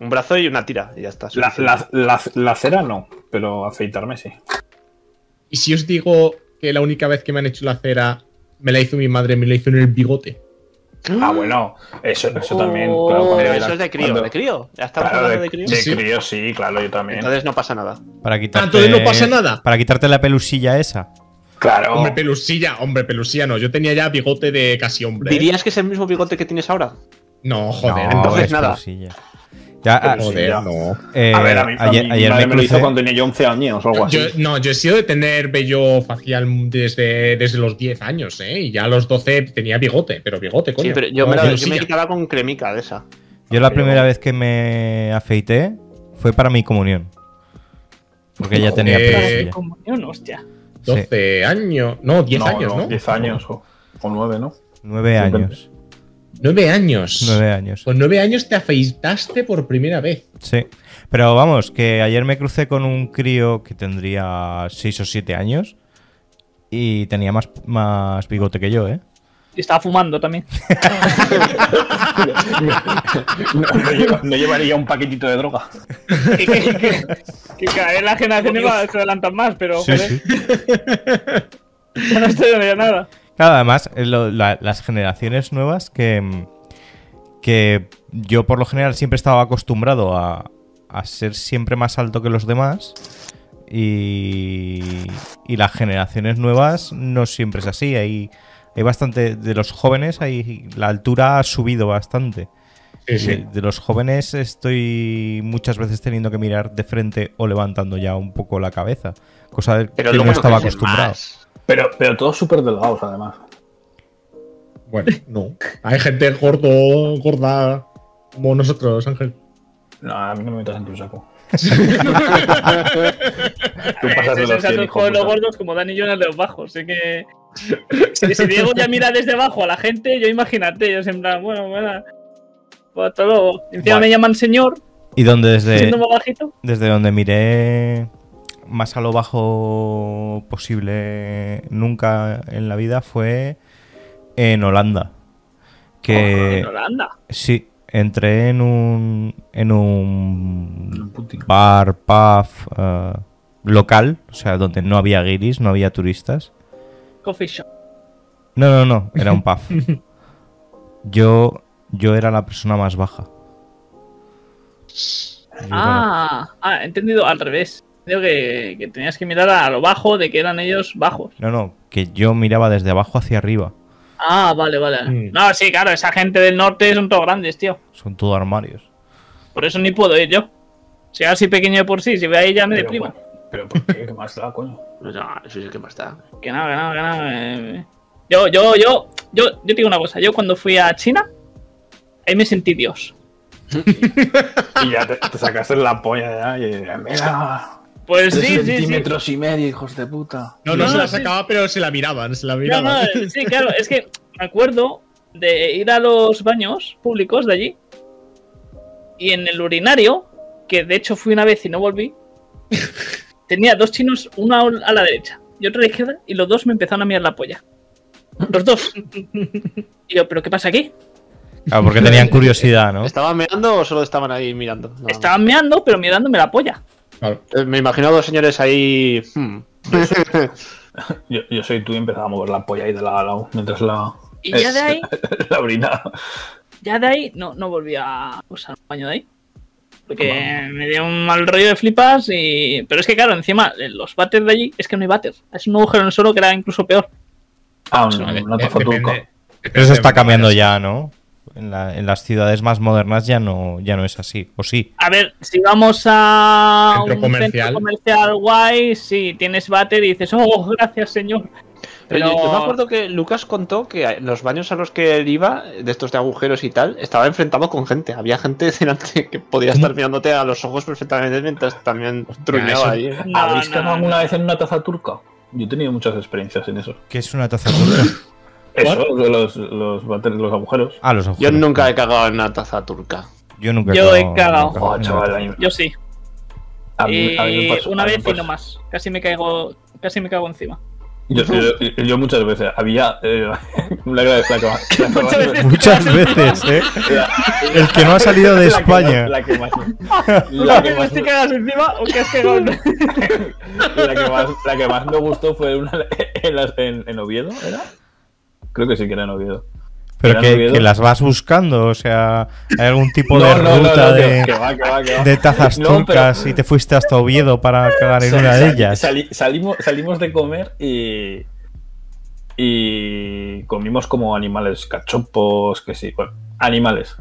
E: Un brazo y una tira. Y ya está.
C: La, la, la, la cera no, pero afeitarme sí.
D: Y si os digo que la única vez que me han hecho la cera me la hizo mi madre, me la hizo en el bigote.
C: Ah, bueno, eso, eso también.
A: Oh,
C: claro, cuando
E: Pero
C: eras-
E: Pues eso es de crío,
C: cuando-
E: de crío. Ya estamos
C: Claro, de,
E: hablando de crío.
C: de
D: Sí.
C: crío sí, claro, yo también.
E: Entonces no pasa nada.
F: Para quitarte,
D: entonces no pasa nada.
F: Para quitarte la pelusilla esa.
C: claro.
D: Hombre, pelusilla, hombre, pelusilla no. Yo tenía ya bigote de casi hombre. ¿eh?
E: ¿Dirías que es el mismo bigote que tienes ahora?
D: No, joder,
F: no,
D: entonces.
F: es
E: nada.
F: pelusilla. Ya, ah,
D: Joder,
C: ya.
D: no.
F: eh,
C: a ver, a mí, a
F: ayer,
C: mí
F: ayer
C: mi madre
F: me
C: me lo hizo
F: crucé-
C: cuando tenía yo 11 años o algo así.
D: Yo, no, yo he sido de tener vello facial desde, desde los 10 años, ¿eh? Y ya a los 12 tenía bigote, pero bigote, coño.
E: Sí, pero yo
D: No,
E: me, la, yo me
D: pelusilla.
E: quitaba con cremica de esa.
F: Yo la primera vez que me afeité fue para mi comunión. Porque ya tenía
D: Joder.
F: pelusilla.
A: Comunión, hostia.
F: Sí,
D: 12 años. No, 10 años, ¿no?
C: 10 años o, o 9, ¿no?
F: nueve años.
D: 9 años.
F: Nueve años.
D: Con 9 años te afeitaste por primera vez.
F: Sí. Pero vamos, que ayer me crucé con un crío que tendría 6 o 7 años y tenía más, más bigote que yo, ¿eh?
A: Y estaba fumando también.
C: No, no lleva- no llevaría un paquetito de droga.
A: que, que, que, que cada vez las generaciones va- se adelantan más, pero
F: Sí,
A: joder,
F: sí.
A: yo no estoy de nada.
F: Claro, además, eh, lo- la- las generaciones nuevas que, mm, que yo por lo general siempre estaba acostumbrado a, a ser siempre más alto que los demás Y, y las generaciones nuevas no siempre es así. Hay, hay bastante. De los jóvenes, hay, la altura ha subido bastante.
D: Sí, sí.
F: De, de los jóvenes estoy muchas veces teniendo que mirar de frente o levantando ya un poco la cabeza. Cosa de-
E: Pero
F: que
E: luego
F: no
E: lo
F: estaba
E: crecen
F: acostumbrado.
E: más.
C: Pero, pero todos súper delgados, además.
D: Bueno, no. Hay gente gordo, gorda, como nosotros, Ángel.
C: No, a mí no me metas en tu saco. Tú pasas de
A: Ese es
C: los
A: el
C: 100,
A: juego
C: hijo
A: de los
C: puta.
A: gordos como Dani y yo en el de los bajos. Así que. Si, si Diego ya mira desde abajo a la gente, yo imagínate, yo en plan, bueno, bueno. Pues hasta luego. Encima
F: Vale.
A: me llaman señor,
F: Y donde desde,
A: siendo más bajito.
F: desde donde miré más a lo bajo posible nunca en la vida fue en Holanda. Que
A: En Holanda.
F: sí, entré en un en un
C: Putin.
F: bar, pub eh, local, o sea, donde no había guiris, no había turistas.
A: Coffee shop.
F: No, no, no, era un pub. Yo, yo era la persona más baja. Yo era la-
A: Ah, ah, he entendido al revés. Creo que, que tenías que mirar a lo bajo de que eran ellos bajos.
F: No, no, que yo miraba desde abajo hacia arriba.
A: Ah, vale, vale.
D: Mm.
A: No, sí, claro, esa gente del norte son todos grandes, tío.
F: Son todo armarios.
A: Por eso ni puedo ir yo. Si era así pequeño de por sí, si ve ahí ya me
C: Pero,
A: deprimo.
C: bueno, pero ¿por qué? ¿Qué más da, coño?
E: No, no, eso sí que más da.
A: Que nada, que nada, que nada. eh. Yo, yo, yo, yo, yo te digo una cosa. Yo cuando fui a China, ahí me sentí Dios.
C: Y ya te, te sacaste la polla ya y mira.
A: Pues
C: Tres
A: sí, sí, sí.
C: centímetros y medio, hijos de puta.
D: No, no
A: No,
D: se la
A: sí.
D: sacaba, pero se la miraban, se la
A: No, no,
D: miraban.
A: eh, sí, claro, es que me acuerdo de ir a los baños públicos de allí y en el urinario, que de hecho fui una vez y no volví, tenía dos chinos, uno a la derecha y otro a la izquierda, y los dos me empezaron a mirar la polla. Los dos. Y yo, ¿pero qué pasa aquí?
F: Claro, Ah, porque tenían curiosidad, ¿no?
E: ¿Estaban mirando o solo estaban ahí mirando? Nada más.
A: Estaban meando, pero mirándome la polla.
D: Claro.
E: Eh, Me imagino a dos señores ahí. hmm.
C: Yo, yo soy tú y empezaba a mover la polla ahí de lado a lado mientras la.
A: Y ya de ahí,
C: La orina.
A: ya de ahí, no, no volví a usar un baño de ahí. Porque me dio un mal rollo de flipas y... Pero es que claro, encima, en los bates de allí es que no hay váter. Es un agujero en el suelo que era incluso peor.
C: Ah,
A: Sí,
C: un,
D: Vale,
C: un
D: eh,
C: atajo
D: depende-
C: turco.
D: depende
F: Pero eso está
D: de-
F: cambiando ya, ¿no? En, la- en las ciudades más modernas ya no, ya no es así. O sí.
A: A ver, si vamos a
D: Centro
A: un
D: comercial.
A: centro comercial guay, si tienes váter y dices, oh, gracias señor.
E: Pero...
A: Pero-
E: Yo, yo me acuerdo que Lucas contó que en los baños a los que él iba, de estos de agujeros y tal, estaba enfrentado con gente. Había gente delante que podía estar mirándote a los ojos perfectamente mientras también truñaba
D: eso-
E: ahí. eh.
A: No,
C: ¿Habéis cagado
A: no,
C: alguna vez en una taza turca? Yo he tenido muchas experiencias en eso.
F: ¿Qué es una taza turca?
C: Eso, de los, los váteres, los agujeros.
F: Ah, los
E: Yo
F: agujeros.
E: nunca he cagado en una taza turca.
F: Yo nunca
A: Yo he cagado.
D: Ah,
F: nunca-
C: Oh,
F: nunca.
C: chaval, a mí,
A: Yo sí.
C: a mí- a mí me
A: Eh,
C: pasó-
A: una
C: a mí me
A: vez y
C: pasó.
A: no más. Casi me caigo, casi me cago encima.
C: Yo, yo- yo muchas veces había eh, una gran placa.
A: Muchas veces.
F: Muchas veces, ¿eh? El que no ha salido de España.
C: La que más,
A: Una
C: la que
A: vez
C: más,
A: te cagas encima o que has cagado. en-
C: la que más, la que más me gustó fue una, en, las- en- en Oviedo, ¿era? Creo que sí que era en Oviedo.
F: Pero
C: Gran
F: que,
C: Oviedo.
F: que las vas buscando, o sea, hay algún tipo de
C: No, no, no,
F: ruta
C: no, que-
F: de,
C: que va, que va, que va.
F: de tazas
C: No, pero-
F: turcas y te fuiste hasta Oviedo para cagar en
C: Sal-
F: una de
C: sal-
F: ellas.
C: sali- salimos, salimos de comer y. Y comimos como animales, cachopos, que sí, bueno, animales.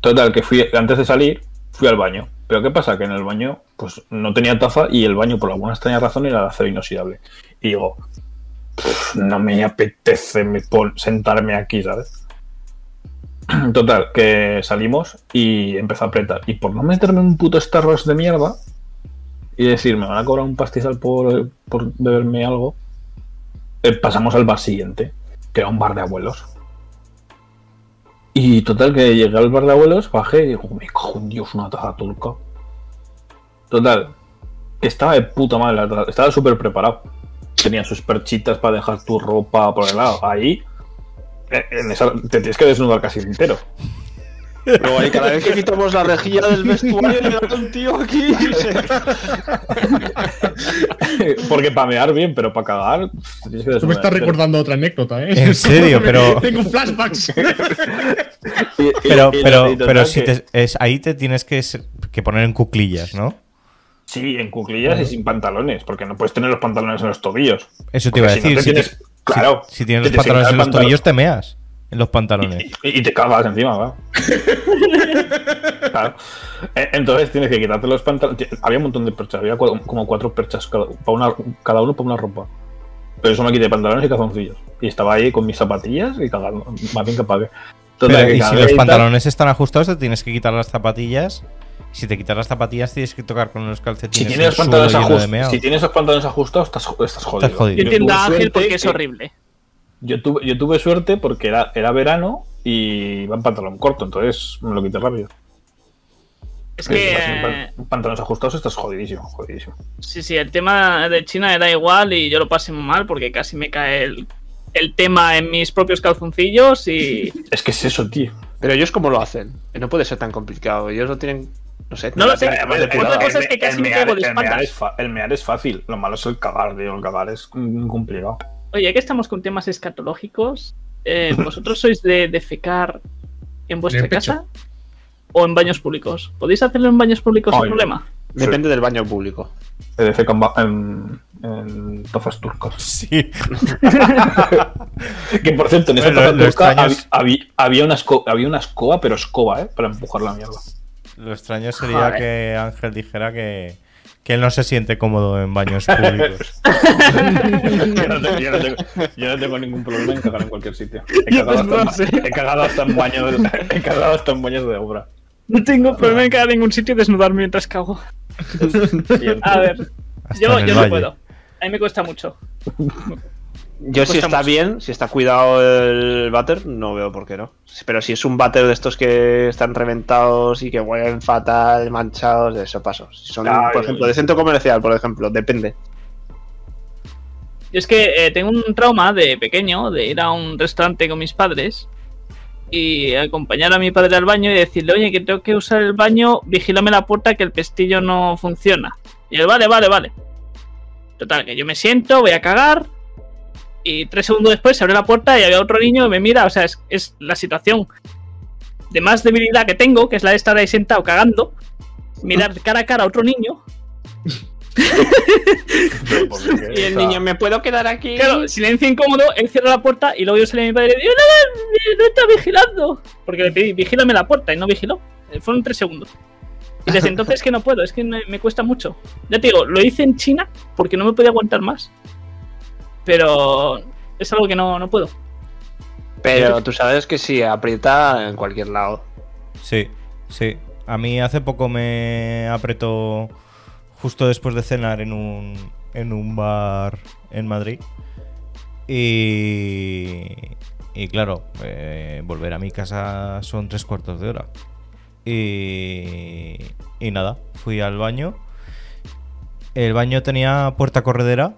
C: Total, que fui, antes de salir, fui al baño. Pero ¿qué pasa? Que en el baño, pues no tenía taza y el baño, por alguna extraña razón, era de acero inoxidable. Y digo, "Pff, no me apetece me pon- sentarme aquí, ¿sabes? Total, que salimos y empecé a apretar. Y por no meterme en un puto Starbucks de mierda, y decir, me van a cobrar un pastizal por, por beberme algo, eh, pasamos al bar siguiente, que era un bar de abuelos. Y total, que llegué al bar de abuelos, bajé y digo, me cago en Dios, una taza turca. Total, que estaba de puta madre, la taza, estaba súper preparado. Tenía sus perchitas para dejar tu ropa por el lado. Ahí, eh, en esa- te tienes que desnudar casi entero.
E: Luego ahí, cada vez que quitamos la rejilla del vestuario, llega un tío aquí. y se-
C: Porque para mear bien, pero para cagar, te tienes que desnudar.
D: Tú me estás
C: entero.
D: recordando otra anécdota, ¿eh?
F: En serio, pero-
D: Tengo flashbacks.
C: Y- y-
F: Pero,
C: y
F: pero,
C: total
F: pero
C: que-
F: si te- es, ahí te tienes que, se- que poner en cuclillas, ¿no?
C: Sí, en cuclillas y sin pantalones, porque no puedes tener los pantalones en los tobillos.
F: Eso te iba a
C: Porque si no
F: decir.
C: te
F: Si, ti-
C: tienes- claro,
F: si, si tienes
C: que te
F: los pantalones
C: seca el
F: en los
C: pantalón.
F: tobillos, te meas. En los pantalones.
C: Y, y- y te cagas encima, va. Claro. E- Entonces tienes que quitarte los pantalones. Había un montón de perchas, había cua- como cuatro perchas cada, pa' una- cada uno para una ropa. Pero eso me quité pantalones y calzoncillos. Y estaba ahí con mis zapatillas y cagando. Más bien que pague. Total,
F: Pero,
C: que
F: y si
C: cagué
F: los
C: y tal.
F: pantalones están ajustados, te tienes que quitar las zapatillas. Si te quitas las zapatillas, tienes que tocar con los calcetines.
C: Si
F: el
C: tienes, los pantalones
F: suelo lleno de
C: ajust-
F: meao.
C: si tienes los pantalones ajustados, estás, jo- estás jodido.
F: Estás jodido.
A: Yo entiendo a
C: tuve
A: Ángel
C: suerte
A: porque es
C: que-
A: horrible.
C: Yo tuve, yo tuve suerte porque era, era verano y iba en pantalón corto, entonces me lo quité rápido.
A: Es
C: Sí,
A: que.
C: sin
A: eh,
C: pan- Pantalones ajustados estás jodidísimo, jodidísimo.
A: Sí, sí, el tema de China era igual y yo lo pasé muy mal porque casi me cae el, el tema en mis propios calzoncillos y.
C: Es que es eso, tío.
E: Pero ellos cómo lo hacen. No puede ser tan complicado. Ellos lo tienen. No sé.
A: No lo sé.
C: Eh, además de
A: Otra
C: cuidado.
A: cosa es que
C: El-
A: casi
C: el
A: me
C: mear-
A: cago de
C: el mear
A: espaldas.
C: es fa- El mear es fácil, lo malo es el cagar, tío. El cagar es un complicado.
A: Oye, ya que estamos con temas escatológicos, eh, ¿vosotros sois de, de fecar en vuestra
D: En el pecho.
A: casa? ¿O en baños públicos? ¿Podéis hacerlo en baños públicos sin
C: Ay, no.
A: problema?
E: Depende del baño público.
C: EDF con ba- en, en tazas turcas.
F: Sí.
C: Que por cierto, en esa
F: Bueno,
C: taza
F: lo
C: turca
F: extraño es-
C: hab- habí- había, una esco- había una escoba, pero escoba, ¿eh? Para empujar la mierda.
F: Lo extraño sería
A: Joder.
F: que Ángel dijera que, que él no se siente cómodo en baños públicos.
C: yo, no tengo, yo no tengo- yo no tengo ningún problema en cagar en cualquier sitio. He cagado, hasta, en- he cagado hasta en baños, he cagado hasta en baños de obra.
A: No tengo problema en quedar en ningún sitio y desnudarme mientras cago. A ver,
F: Hasta
A: yo,
F: en el
A: yo no
F: valle.
A: puedo. A mí me cuesta mucho.
E: Yo si
A: Cuesta
E: está
A: mucho.
E: bien, si está cuidado el váter, no veo por qué no. Pero si es un váter de estos que están reventados y que huelen fatal, manchados, de eso paso. Si son,
C: Ay,
E: por
C: ay,
E: ejemplo,
C: ay.
E: de centro comercial, por ejemplo, depende.
A: Yo es que eh, tengo un trauma de pequeño, de ir a un restaurante con mis padres y acompañar a mi padre al baño y decirle, oye, que tengo que usar el baño, vigílame la puerta que el pestillo no funciona. Y él, vale, vale, vale. Total, que yo me siento, voy a cagar y tres segundos después se abre la puerta y había otro niño que me mira, o sea, es, es la situación de más debilidad que tengo, que es la de estar ahí sentado cagando, mirar cara a cara a otro niño.
E: Y el niño, ¿me puedo quedar aquí?
A: Claro, silencio incómodo, él cierra la puerta y luego yo salí a mi padre y le digo, no, no, no está vigilando. Porque le pedí, vigílame la puerta y no vigiló. Eh, Fueron tres segundos. Y desde entonces es que no puedo, es que me, me cuesta mucho. Ya te digo, lo hice en China porque no me podía aguantar más. Pero es algo que no, no puedo.
E: Pero tú sabes que si aprieta en cualquier lado.
F: Sí, sí. A mí hace poco me apretó justo después de cenar en un, en un bar en Madrid. Y, y claro, eh, volver a mi casa son tres cuartos de hora. Y, y nada, fui al baño. El baño tenía puerta corredera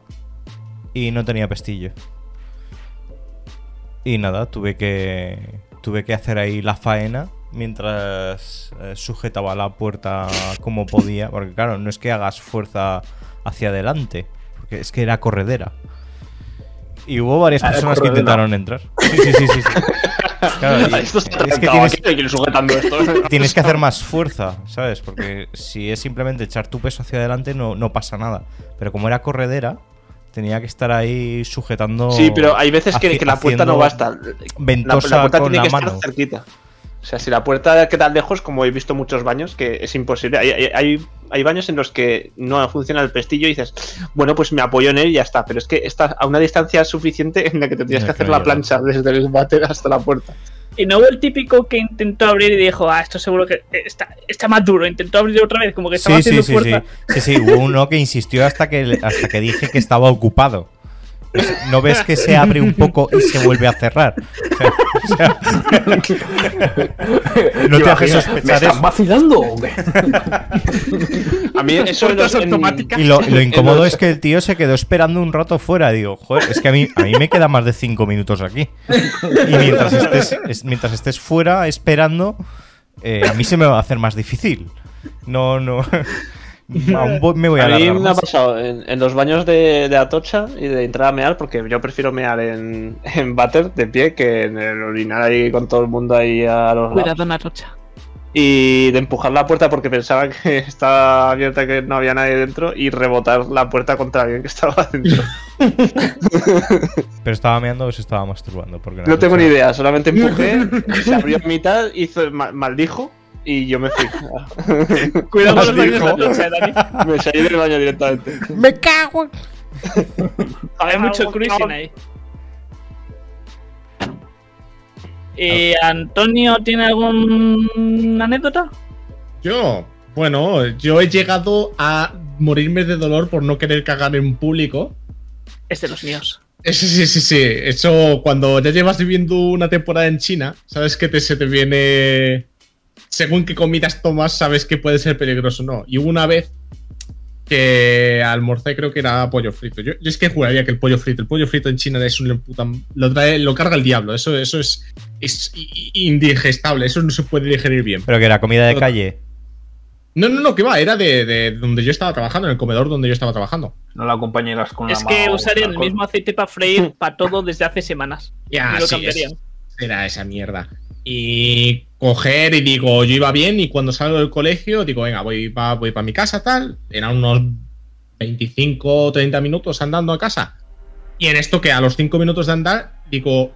F: y no tenía pestillo. Y nada, tuve que tuve que hacer ahí la faena mientras eh, sujetaba la puerta como podía, porque claro, no es que hagas fuerza hacia adelante, porque es que era corredera. Y hubo varias
C: Era
F: personas que
C: corredera.
F: intentaron entrar. Sí, sí, sí, sí. sí. Claro, y-
E: Esto está
F: es que
E: trancado
F: tienes,
E: aquí, hay que ir sujetando esto.
F: tienes que hacer más fuerza, ¿sabes? Porque si es simplemente echar tu peso hacia adelante no, no pasa nada. Pero como era corredera, tenía que estar ahí sujetando.
E: Sí, pero hay veces que,
F: haci-
E: que la puerta
F: haciendo
E: no basta. La,
F: Ventosa
E: la puerta
F: con
E: tiene
F: la
E: que
F: mano.
E: estar cerquita. O sea, si la puerta queda lejos, como he visto muchos baños, que es imposible. Hay, hay- hay, hay baños en los que no funciona el pestillo y dices, bueno, pues me apoyo en él y ya está. Pero es que está a una distancia suficiente en la que tendrías
F: Ya,
E: que hacer la
F: claro, ya.
E: plancha desde el váter hasta la puerta.
A: Y no hubo el típico que intentó abrir y dijo, ah, esto seguro que eh, está, está más duro. Intentó abrir otra vez, como que estaba
F: Sí, sí,
A: haciendo
F: sí, sí,
A: fuerza.
F: sí, sí, hubo uno que insistió hasta que, le- hasta que dije que estaba ocupado. Pues, No ves que se abre un poco y se vuelve a cerrar. O sea, No te hagas sospechar
C: ¿Me estás
F: eso.
C: vacilando o qué?
E: A mí eso en los- en-
F: y lo, y lo incómodo es que el tío se quedó esperando un rato fuera. Digo, joder, es que a mí, a mí me queda más de cinco minutos aquí. Y mientras estés, es- mientras estés fuera esperando, eh, a mí se me va a hacer más difícil. No, no. Aún voy- me voy a,
E: A mí
F: alargar
E: me ha
F: más.
E: pasado en, en los baños de, de Atocha y de entrada a mear, porque yo prefiero mear en, en váter de pie que en el orinar ahí con todo el mundo ahí a los lados.
A: Cuidado, Narocha.
E: y de empujar la puerta porque pensaba que estaba abierta, que no había nadie dentro y rebotar la puerta contra alguien que estaba dentro.
F: Pero estaba meando o se estaba masturbando. Porque
E: No tengo ni idea, solamente empujé, se abrió en mitad, hizo ma- maldijo y yo me fui.
A: Cuidado con los
E: Maldijo.
A: baños de la noche, Dani.
E: me salí del baño directamente.
F: ¡Me cago! en-
A: Hay mucho cruising ahí. Eh, ¿Antonio tiene alguna anécdota?
D: Yo, bueno, yo he llegado a morirme de dolor por no querer cagar en público.
A: Es de los míos.
D: Eh, Sí, sí, sí, sí. Eso cuando ya llevas viviendo una temporada en China, sabes que te, se te viene. Según qué comidas tomas, sabes que puede ser peligroso o no. Y hubo una vez que almorcé, creo que era pollo frito. Yo, yo es que juraría que el pollo frito, el pollo frito en China es un puta. Lo, trae, lo carga el diablo. Eso, eso es, es i- i- indigestable. Eso no se puede digerir bien.
F: Pero que era comida de
D: No.
F: calle.
D: No, no, no, que va. Era de, de donde yo estaba trabajando, en el comedor donde yo estaba trabajando.
C: No la acompañarás
D: Ah,
C: con
A: es
C: una
A: que
C: mano o
A: usar el
C: alcohol.
A: mismo aceite para freír para todo desde hace semanas.
D: Ya,
A: Y lo
D: Ah, sí, es-
A: cambiarían.
D: era esa mierda. Y coger y digo, yo iba bien y cuando salgo del colegio digo, venga, voy para voy pa mi casa, tal. Eran unos 25 o 30 minutos andando a casa. Y en esto que a los 5 minutos de andar digo,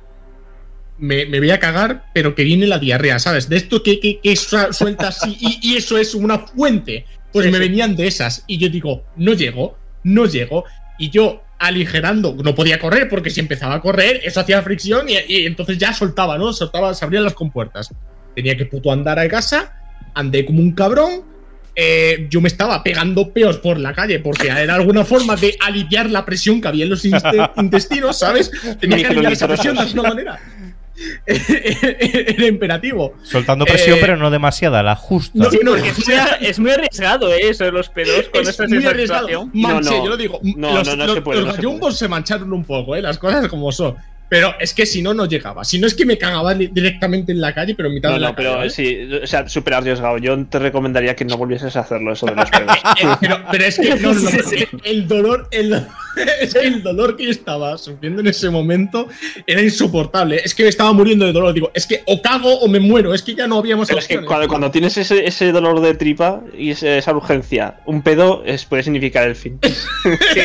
D: me, me voy a cagar, pero que viene la diarrea, ¿sabes? De esto que, que, que su- suelta así y, y eso es una fuente. Pues me venían de esas y yo digo, no llego, no llego. Y yo aligerando, no podía correr porque si empezaba a correr, eso hacía fricción y, y entonces ya soltaba, ¿no? Soltaba, se abrían las compuertas. Tenía que puto andar a casa, andé como un cabrón. eh, yo me estaba pegando peos por la calle porque era alguna forma de aliviar la presión que había en los inste- intestinos, ¿sabes? Tenía que aliviar esa presión de alguna manera. Era imperativo.
F: Soltando presión,
D: Eh,
F: pero no demasiada, la justa.
D: No, no,
A: Porque es muy, es muy arriesgado eh, eso de los pedos con
D: es
A: esta
D: muy arriesgado.
A: situación.
D: Manché,
E: No, no.
D: yo lo digo.
E: No,
D: los
E: no, no
D: los-
E: se puede,
D: los
E: no se
D: gallumbos se mancharon un poco, ¿eh? las cosas como son. Pero es que si no, no llegaba. Si no es que me cagaba li- directamente en la calle, pero en mitad
E: No,
D: de la
E: no,
D: calle,
E: pero
D: ¿eh?
E: sí, o sea, súper arriesgado. Yo te recomendaría que no volvieses a hacerlo, eso de los pedos.
D: Eh, pero, pero es que no, no,
A: Sí,
D: no,
A: sí.
D: el dolor, el, es que el dolor que yo estaba sufriendo en ese momento era insoportable. Es que me estaba muriendo de dolor. Digo, es que o cago o me muero. Es que ya no habíamos
E: Pero es que
D: opciones.
E: cuando, cuando tienes ese, ese dolor de tripa y ese- esa urgencia, un pedo es- puede significar el fin.
A: Sí,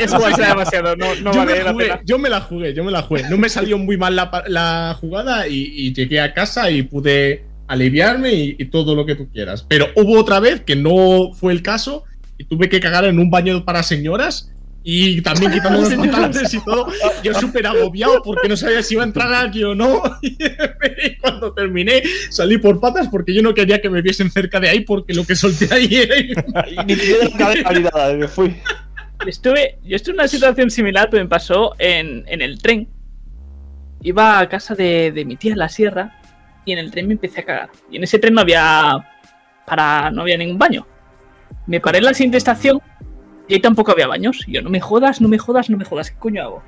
A: es jugarse demasiado, no, no
D: yo, me
A: vale la
D: jugué,
A: pena.
D: yo me la jugué, yo me la jugué. No me salió muy mal la, pa- la jugada y, y llegué a casa y pude aliviarme y, y todo lo que tú quieras. Pero hubo otra vez que no fue el caso y tuve que cagar en un baño para señoras y también quitando los pantalones y todo. Yo súper agobiado porque no sabía si iba a entrar aquí o no. Y cuando terminé salí por patas porque yo no quería que me viesen cerca de ahí porque lo que solté ahí era...
E: Ni siquiera la cabeza ni nada, me fui.
A: Estuve, yo estuve en una situación similar, pero me pasó en, en el tren. Iba a casa de, de mi tía en la sierra y en el tren me empecé a cagar. Y en ese tren no había para no había ningún baño. Me paré en la siguiente estación y ahí tampoco había baños. Y yo, no me jodas, no me jodas, no me jodas, ¿qué coño hago?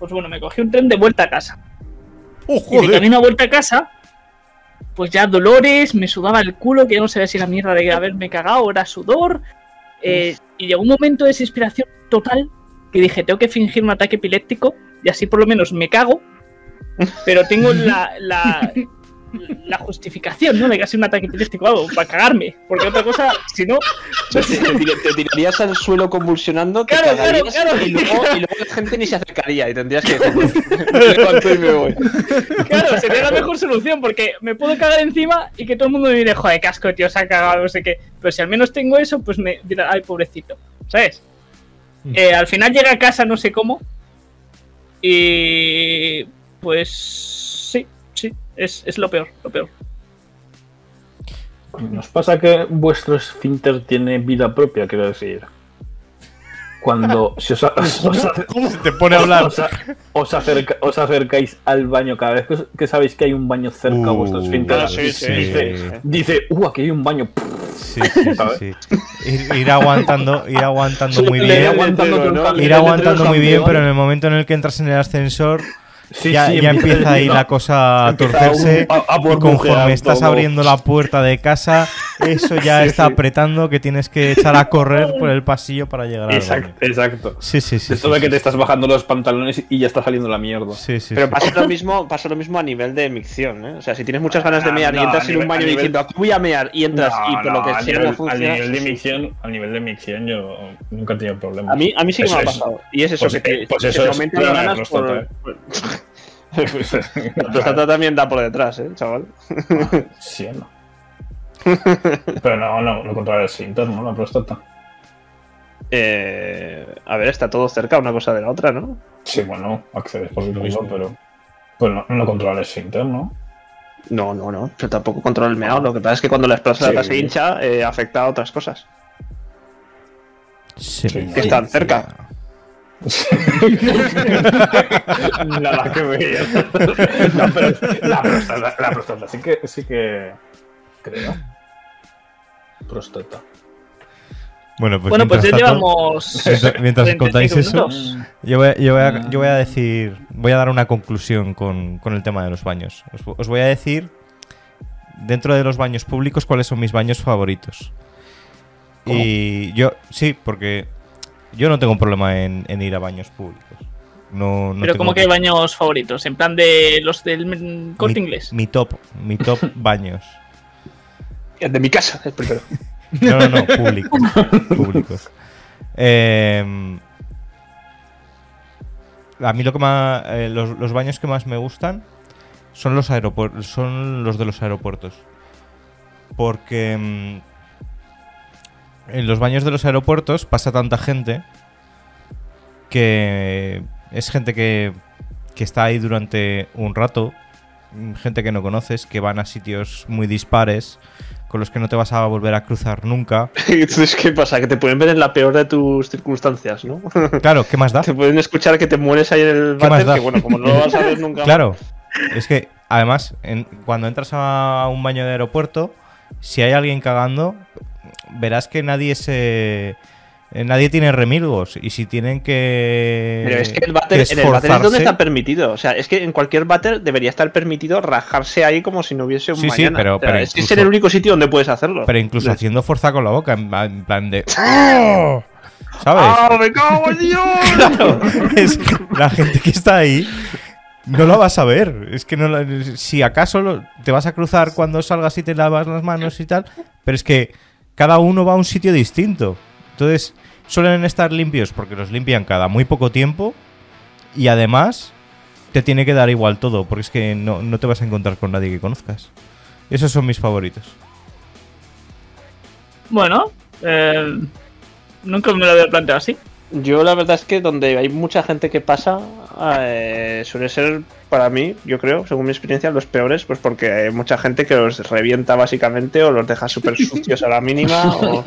A: Pues bueno, me cogí un tren de vuelta a casa.
F: ¡Oh,
A: Y de camino a vuelta a casa, pues ya dolores, me sudaba el culo, que ya no sabía si la mierda de haberme cagado era sudor. eh, y llegó un momento de desesperación total que dije, tengo que fingir un ataque epiléptico y así por lo menos me cago, pero tengo la, la, la justificación, ¿no? De que ha sido un ataque epiléptico o algo, para cagarme. Porque otra cosa, si no,
E: O sea, te, te tir- te tirarías al suelo convulsionando, te
A: Claro, claro,
E: cagarías,
A: claro.
E: Y, luego, y luego la gente ni se acercaría y tendrías que decir, "Pues, "Me levanto y me voy.
A: claro, sería la mejor solución porque me puedo cagar encima y que todo el mundo me mire, joder, casco, tío, se ha cagado, no sé qué. Pero si al menos tengo eso, pues me dirá, ay, pobrecito, ¿sabes?
F: Mm.
A: Eh, al final llega a casa, no sé cómo. Y. Pues. Sí, sí, es, es lo peor, lo peor.
C: Nos pasa que vuestro esfínter tiene vida propia, quiero decir. Cuando si os, a- os a-
F: Te pone a hablar.
C: os a- os acerca- os acercáis al baño cada vez que, os- que sabéis que hay un baño cerca a vuestro
F: Uh,
C: esfínter,
E: Ah, sí, sí,
C: dice,
F: sí.
C: dice, uh, aquí hay un baño. Pff,
F: Sí, sí, sí, sí. Ir, ir aguantando, ir aguantando muy
C: le-
E: Leer
F: bien.
C: aguantando
E: entero,
C: un
E: ¿no?
C: cable,
F: Ir
C: le-
F: aguantando
C: le-
F: muy bien,
C: le-
F: pero en el momento en el que entras en el ascensor,
C: Sí,
F: ya,
C: sí,
F: ya empieza ahí
C: ¿no?
F: la cosa a
C: Empieza un-
F: torcerse.
C: a- a
F: y conforme
C: burbujear
F: estás
C: todo.
F: abriendo la puerta de casa, Eso ya
C: Sí,
F: está
C: sí.
F: apretando que tienes que echar a correr por el pasillo para llegar al
C: Exacto,
F: baño.
C: exacto.
F: Sí, sí, sí.
C: Esto
F: sí,
C: de que
F: sí.
C: te estás bajando los pantalones y ya está saliendo la mierda.
F: Sí, sí,
E: Pero
F: sí.
E: pasa lo mismo, pasa lo mismo a nivel de micción, ¿eh? O sea, si tienes muchas ganas de
C: Ah,
E: mear
C: no,
E: y entras
C: a
E: en un
C: nivel- a
E: baño
C: nivel-
E: diciendo "Aquí voy a mear y entras
C: No,
E: y por
C: no,
E: lo que
C: al
E: sea
C: nivel,
E: no funciona.
C: Al nivel, de
E: sí, sí.
C: micción, al nivel de micción yo nunca he tenido problemas.
E: A mí, a mí sí que
C: Eso
E: me ha
C: es-
E: pasado. Y es eso
C: pues,
E: que te,
C: eh, pues
E: que
C: eso
E: te
C: es
E: aumentan las
C: plana de
E: ganas por.
C: próstata.
E: por- La próstata también da por detrás, ¿eh, chaval?
C: ¿eh? Sí, no. Pero no, no, lo contrario es interno, la próstata.
E: Eh, a ver, está todo cerca una cosa de la otra, ¿no?
C: Sí, bueno, accedes por el
D: Lo
C: mismo,
D: mismo.
C: pero. Pues no, no controlar el interno.
E: No, no, no. Yo tampoco controlo el meado. Lo que pasa es que cuando la próstata
C: Sí.
E: se hincha, eh, afecta a otras cosas.
F: Sí,
C: Sí.
F: me-
E: Que están cerca.
C: Nada que ver. No, pero la próstata, la próstata sí que. Sí que creo. Próstata.
F: Bueno, pues,
A: bueno, pues ya
F: mientras tanto,
A: llevamos.
F: mientras- mientras
A: 35
F: contáis eso,
A: minutos.
F: yo voy, a- yo voy a, yo
A: Ah.
F: voy a decir, voy a dar una conclusión con, con el tema de los baños. Os, vo- os voy a decir, dentro de los baños públicos, cuáles son mis baños favoritos. Y yo, sí, porque yo no tengo problema en, en ir a baños públicos. No, no
A: Pero
F: tengo
A: como que baños favoritos, en plan de los del mm, corte
F: mi-
A: inglés.
F: Mi top, mi top baños.
E: El de mi casa, el primero.
F: No, no, no, públicos. públicos. Eh, a mí lo que más, eh, los, los baños que más me gustan son los aeropuertos, son los de los aeropuertos, porque mm, en los baños de los aeropuertos pasa tanta gente que es gente que, que está ahí durante un rato, mm, gente que no conoces, que van a sitios muy dispares, con los que no te vas a volver a cruzar nunca.
E: Entonces, ¿qué pasa? Que te pueden ver en la peor de tus circunstancias, ¿no?
F: Claro, ¿qué más da?
E: Te pueden escuchar que te mueres ahí en el
F: ¿Qué más
E: váter,
F: da?
E: que bueno, como no lo vas a ver nunca.
F: Claro, es que además, en- cuando entras a un baño de aeropuerto, si hay alguien cagando, verás que nadie se. eh, Nadie tiene remilgos y si tienen que.
E: Pero es que el váter, en el váter es
F: esforzarse-
E: donde está permitido. O sea, es que en cualquier váter debería estar permitido rajarse ahí como si no hubiese un
F: Sí, sí,
E: mañana.
F: pero-
E: O sea,
F: pero
E: es que es
F: incluso-
E: en el único sitio donde puedes hacerlo.
F: Pero incluso
E: De-
F: haciendo fuerza con la boca, en, en plan de. "¡Oh!", ¿Sabes?
E: ¡Ah, me cago en Dios!
F: Claro, es que la gente que está ahí no lo vas a ver. Es que no la- si acaso lo- te vas a cruzar cuando salgas y te lavas las manos y tal, pero es que cada uno va a un sitio distinto. Entonces, suelen estar limpios porque los limpian cada muy poco tiempo y además te tiene que dar igual todo porque es que no, no te vas a encontrar con nadie que conozcas. Esos son mis favoritos.
A: Bueno, eh, nunca me lo había planteado así.
E: Yo la verdad es que donde hay mucha gente que pasa eh, suele ser para mí, yo creo, según mi experiencia, los peores, pues porque hay mucha gente que los revienta básicamente o los deja súper sucios a la mínima. O...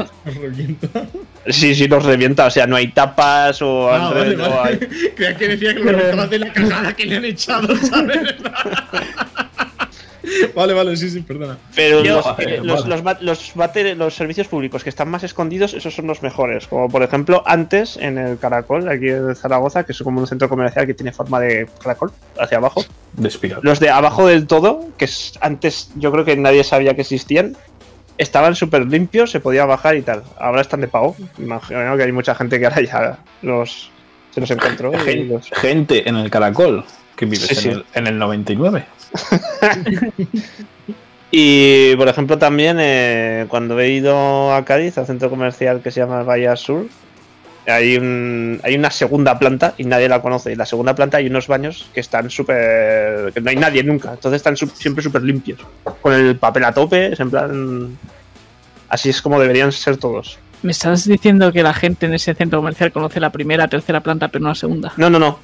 E: Sí, sí, los revienta, o sea, no hay tapas o...
D: Ah,
E: han re-
D: vale,
E: o hay-
D: vale. Creía que decía que lo remontabas de la cagada que le han echado, ¿sabes? vale, vale, sí, sí, perdona.
E: Pero
A: Yo-
E: los,
A: eh,
E: los,
A: vale.
E: los bat- los bate- los servicios públicos que están más escondidos, esos son los mejores. Como por ejemplo, antes en el Caracol, aquí de Zaragoza, que es como un centro comercial que tiene forma de caracol hacia abajo.
C: De espiral.
E: Los de abajo del todo, que es- antes yo creo que nadie sabía que existían, estaban súper limpios, se podía bajar y tal. Ahora están de pago. Imagino que hay mucha gente que ahora ya los, se los encontró. y
C: Gen-
E: los-
C: Gente en el caracol que vives
E: Sí, sí.
C: en, El, en el 99.
E: Y por ejemplo también eh, cuando he ido a Cádiz, al centro comercial que se llama Bahía Sur, hay, un- hay una segunda planta y nadie la conoce. Y en la segunda planta hay unos baños que están súper... que no hay nadie nunca. Entonces están sup- siempre súper limpios. Con el papel a tope, es en plan... Así es como deberían ser todos.
A: ¿Me estás diciendo que la gente en ese centro comercial conoce la primera, tercera planta, pero no la segunda?
E: No, no, no.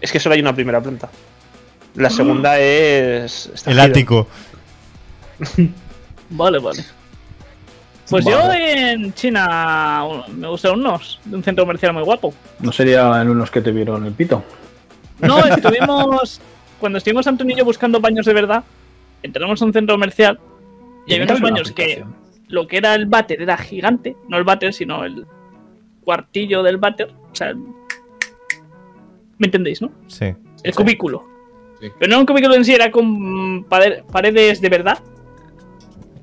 E: Es que solo hay una primera planta. La
C: Ah.
E: segunda es... está
F: El
E: hidden.
F: ático.
A: Vale, vale. Pues yo
C: Vale.
A: en China un- me gusta unos, de un centro comercial muy guapo.
C: No sería en unos que te vieron el pito.
A: No, estuvimos. cuando estuvimos Antonio y yo buscando baños de verdad, entramos a un centro comercial y había unos
C: Una
A: baños que
C: aplicación.
A: lo que era el váter era gigante, no el váter, sino el cuartillo del váter. O sea, el- ¿me entendéis, no?
F: Sí.
A: El
C: Sí.
A: cubículo.
D: Sí.
A: Pero no era un cubículo en sí, era con pade- paredes de verdad,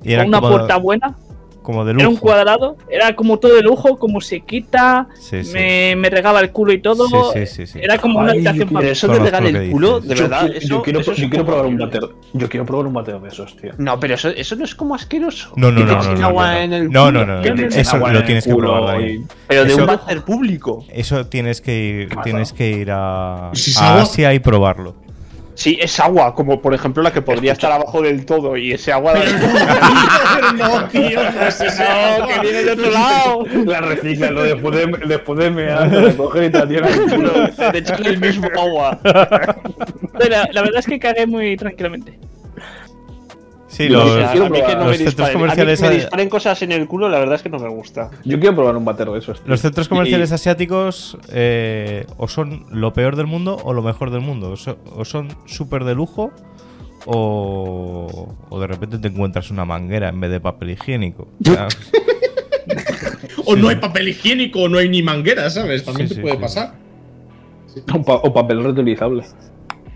F: Y
A: con
F: eran
A: una
F: como-
A: puerta buena.
F: Como de
A: Era un
F: lujo.
A: cuadrado, era como todo de lujo, como se quita,
F: Sí, sí.
A: Me, me regaba el culo y todo.
F: Sí, sí, sí, sí.
A: Era como una
C: Ay,
A: habitación
C: yo
A: para
E: Pero eso de
F: Conozco
E: pegar
F: lo que
E: el
F: dices.
E: culo, de
C: yo,
E: verdad.
C: qui-
E: eso-
C: yo quiero,
E: eso es
C: yo quiero
E: como-
C: probar un bateo. Yo quiero probar un bateo de esos, tío.
E: No, pero eso, eso no es como asqueroso.
F: No, no,
E: Que te
F: no, no,
E: echen
F: no,
E: agua
F: no, no.
E: en el
F: No,
E: culo.
F: no, no,
E: Que
F: no.
E: te echen
F: Eso
E: agua
F: lo
E: en el
F: tienes que
C: culo
F: probar,
C: y-
F: Dani.
E: Pero de
F: Eso-
E: un váter público.
F: Eso tienes que ir,
C: Mazo.
F: tienes que ir a,
D: Si
F: a
D: salgo-
F: Asia y probarlo.
E: Sí, es agua, como por ejemplo la que podría estar abajo del todo. Y ese agua.
D: no, tío, pues eso.
A: No, que viene de otro lado.
C: La reciclan, ¿no? después de, después de mear, te la cogen y te la tiran en el culo.
E: de echarle el mismo agua.
A: Pero la, la verdad es que cagué muy tranquilamente.
F: Sí,
C: Yo
F: los,
E: O sea,
C: quiero
E: a mí que no
F: los
E: me
F: centros
E: disparen. A mí que
F: comerciales
E: me
F: a-
E: disparen cosas en el culo, la verdad es que no me gusta.
C: Yo quiero probar un bateo de esos. tío.
F: los centros comerciales
C: Y-
F: asiáticos eh, o son lo peor del mundo o lo mejor del mundo. O, so- o son súper de lujo o, o de repente te encuentras una manguera en vez de papel higiénico. O sea,
D: O no hay papel higiénico, o no hay ni manguera, ¿sabes? También
F: Sí,
D: te
F: sí,
D: puede
F: sí.
D: pasar.
C: o, pa- o papel reutilizable.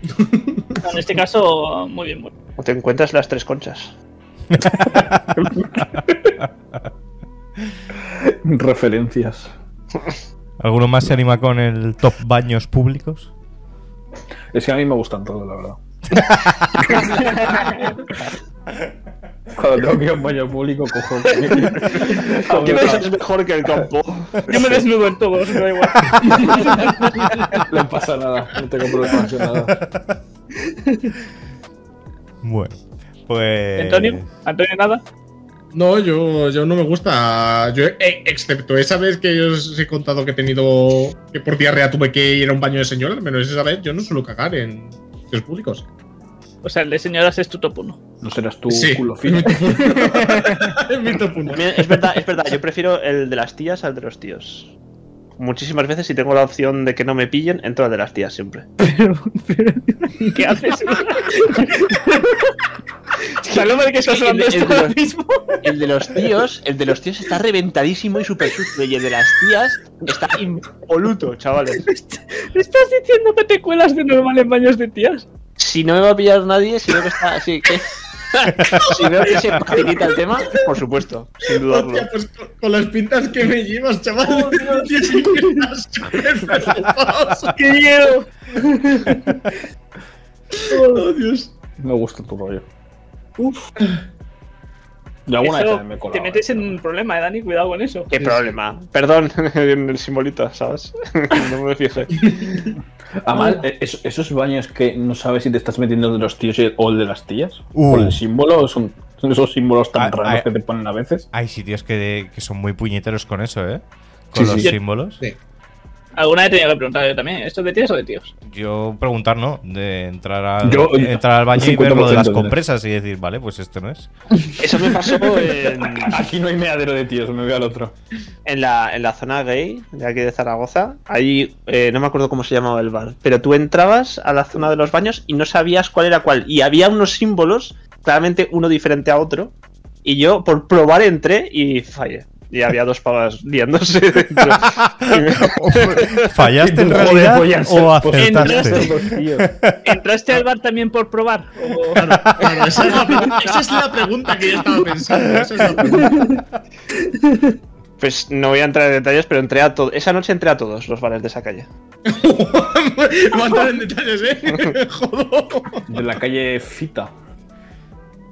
A: En este caso, muy bien, bueno.
E: O te encuentras las tres conchas.
C: Referencias.
F: ¿Alguno más se anima con el top baños públicos?
C: Es que a mí me gustan todos, la verdad. Cuando tengo que ir a un baño público, cojo.
E: Aunque no es mejor que el campo.
A: Yo me desnudo en todo, no da igual.
C: No pasa nada, no tengo problemas con nada.
F: Bueno, pues.
A: Antonio, Antonio, nada.
D: No, yo, yo no me gusta. Yo, eh, excepto esa vez que yo os he contado que he tenido. que por diarrea tuve que ir a un baño de señora, al menos esa vez yo no suelo cagar en sitios públicos.
A: O sea, el de señoras es tu top uno.
C: No serás tú
D: Sí.
C: culo fino.
D: Es mi top uno.
E: También es verdad, es verdad, yo prefiero el de las tías al de los tíos. Muchísimas veces, si tengo la opción de que no me pillen, entro al de las tías siempre.
A: ¿Qué haces? Saloma de que estás hablando
E: El- el-
A: esto ahora mismo.
E: El de los tíos, el de los tíos está reventadísimo y súper sucio. Y el de las tías está impoluto, chavales.
A: ¿Estás diciendo que te cuelas de normal en baños de tías?
E: Si no me va a pillar nadie, si veo que está así, que. Si veo que se facilita el tema, por supuesto, sin dudarlo.
D: Hostia, pues con, con las pintas que me llevas, chaval. Tío, sí que estás súper preocupado.
A: ¡Qué miedo!
D: Oh, Dios.
C: Me gusta tu rollo. Uf. Yo alguna vez
A: Eso,
C: también me he
A: te
C: colado.
A: metes
C: eh.
A: en un problema, eh, Dani. Cuidado con eso.
E: Qué problema. Perdón, en el simbolito, ¿sabes? No me fijé.
C: Además, eh, esos, esos baños que no sabes si te estás metiendo el de los tíos y- o el de las tías.
F: Uh.
C: Por el símbolo, son, son esos símbolos tan
F: Ah,
C: raros
F: ah,
C: que te ponen a veces.
F: Hay sitios que, que son muy puñeteros con eso, ¿eh? Con
C: Sí,
F: los
C: sí.
F: símbolos.
D: Sí.
A: Alguna vez tenía que preguntar yo también. ¿Esto es de tías o de tíos?
F: Yo preguntar, ¿no? De entrar al,
C: Yo-
F: entrar al baño y ver lo de
C: 50%
F: las
C: de-
F: compresas y decir, vale, pues esto no es.
E: Eso me pasó en,
F: ah.
C: Aquí no hay meadero de tíos, me veo al otro.
E: en la, en la zona gay de aquí de Zaragoza, ahí eh, no me acuerdo cómo se llamaba el bar, pero tú entrabas a la zona de los baños y no sabías cuál era cuál. Y había unos símbolos, claramente uno diferente a otro. Y yo, por probar, entré y fallé. Y había dos pavas liándose dentro. Y me-
F: ¿Fallaste en
C: Joder,
F: realidad
C: voy a ser-
F: o
C: pues,
F: acertaste?
A: entraste.
C: Esos tíos.
A: ¿Entraste al bar también por probar? O-
D: Claro, esa, es la, pregu- esa es la pregunta que yo estaba pensando. Esa es la pregunta.
E: Pues no voy a entrar en detalles, pero entré a todo. Esa noche entré a todos los bares de esa calle.
D: No voy a entrar en detalles, eh. Joder.
C: De la calle Fita.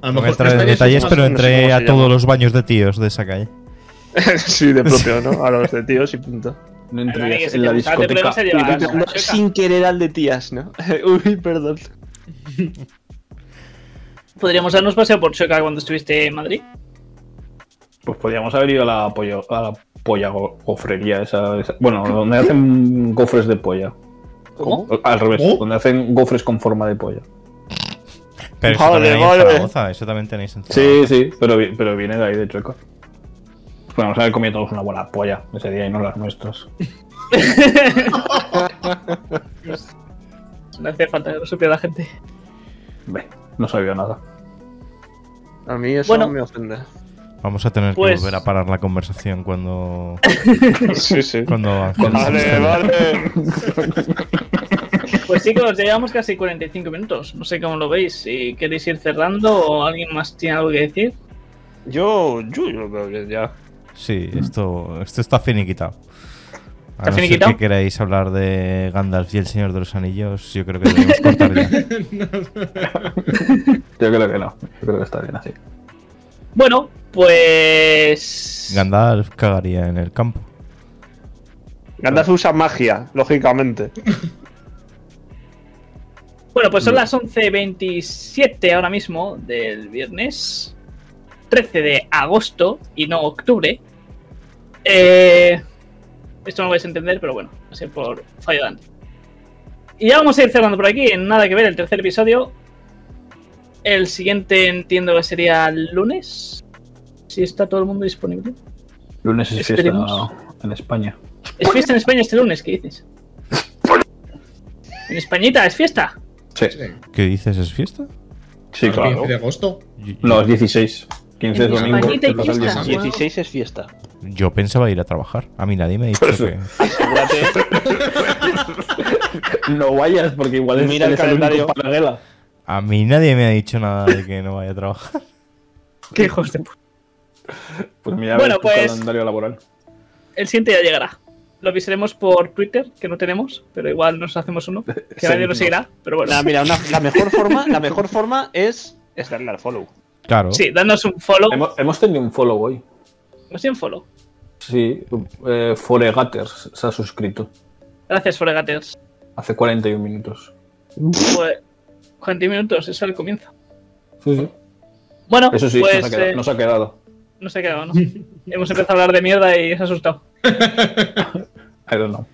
D: A lo
F: No voy a entrar
D: estaría
F: en detalles,
D: más-
F: pero
E: no sé
F: entré
E: cómo
F: a
E: se
F: todos
E: llama.
F: los baños de tíos de esa calle.
E: sí, de propio, ¿no? A los de tíos y punto.
C: No
A: Dani, que
C: entrarías
A: si
C: en
A: te
C: la
A: gustaba, te
C: discoteca.
A: podías llevar a la
E: No,
A: discoteca.
E: sin querer al de tías, ¿no? Uy, perdón.
A: Podríamos darnos paseo por Chueca cuando estuviste en Madrid.
C: Pues podríamos haber ido a la pollo, a la polla go- gofrería esa, esa- Bueno, donde hacen gofres de polla.
A: ¿Cómo? Ah.
C: Al revés,
D: ¿Cómo?
C: donde hacen gofres con forma de polla.
F: Pero eso
E: Vale,
F: también hay en
E: vale.
F: Zaragoza, eso también tenéis en
C: Sí, sí, pero, vi- pero viene de ahí de Chueca. Podemos haber comido todos una buena polla ese día y no las nuestras.
A: No hace falta que lo supiera la gente.
C: Ve, no sabía nada.
E: A mí eso
A: Bueno.
E: me ofende.
F: Vamos a tener que
A: Pues-
F: volver a parar la conversación cuando.
E: Sí, sí.
F: cuando este Ángel-
E: Vale, vale.
A: Pues chicos, ya llevamos casi 45 minutos. No sé cómo lo veis. Si queréis ir cerrando o alguien más tiene algo que decir.
E: Yo, yo, yo lo veo bien ya.
F: Sí, esto, esto está finiquitado.
A: ¿Está
F: A no ser
A: finiquitado?
F: que queráis hablar de Gandalf y el Señor de los Anillos, yo creo que debemos cortar ya.
C: Yo creo que no. Yo creo que está bien así.
A: Bueno, pues.
F: Gandalf cagaría en el campo.
E: Gandalf usa magia, lógicamente.
A: Bueno, pues son las 11.27 ahora mismo del viernes 13 de agosto y no octubre. Eh, esto no lo vais a entender, pero bueno, va a ser por fallo de antes. Y ya vamos a ir cerrando por aquí, en nada que ver, el tercer episodio. El siguiente entiendo que sería el lunes, si está todo el mundo disponible.
C: Lunes es fiesta
A: Esperemos.
C: en España.
A: Es fiesta en España este lunes, ¿qué dices? En Españita, es fiesta.
C: Sí,
D: Sí,
F: ¿Qué dices? ¿Es fiesta?
C: sí,
D: el
C: claro.
D: 15 de agosto.
F: Yo,
C: No, es 16. 15 es
A: En
C: domingo.
A: Españita hay
C: te toca el
A: fiesta.
C: 16.
E: 16 es fiesta.
F: yo pensaba ir a trabajar. A mí nadie me ha dicho
C: Por eso.
F: que.
C: No vayas porque igual es,
E: Mira el
C: eres el
E: calendario.
C: único parguela.
F: A mí nadie me ha dicho nada de que no vaya a trabajar.
A: Qué hijos de puta.
C: Pues mira
A: Bueno,
C: el
A: pues-
C: calendario laboral.
A: El siguiente ya llegará. Lo avisaremos por Twitter, que no tenemos, pero igual nos hacemos uno. Que
C: Sí,
A: nadie nos
C: no.
A: seguirá, pero bueno.
E: Nah, Ah, mira, una- la, mejor forma, la mejor forma es, es darle al follow.
F: Claro.
A: Sí, danos un follow.
C: Hemos, hemos tenido un follow hoy.
A: Nos dio un follow.
C: Sí, eh, Foregaters se ha suscrito
A: Gracias, Foregaters.
C: hace 41 minutos.
A: Pues, 40 minutos, eso al comienzo.
C: Sí, sí.
A: Bueno,
C: Eso sí,
A: pues
C: nos, ha quedado,
A: eh,
C: nos ha quedado.
A: nos ha quedado, ¿no? Hemos empezado a hablar de mierda y se ha asustado.
C: I don't know.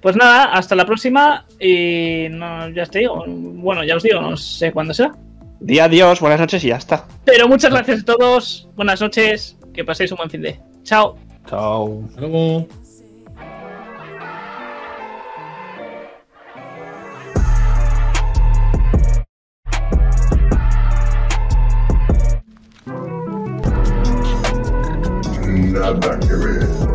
A: Pues nada, hasta la próxima y no, ya te digo, bueno, ya os digo, no sé cuándo será.
E: Di adiós, buenas noches y ya está.
A: Pero muchas gracias a todos, buenas noches, que paséis un buen fin de. Chao.
C: Chao.
D: Hasta luego.
B: Not back your head.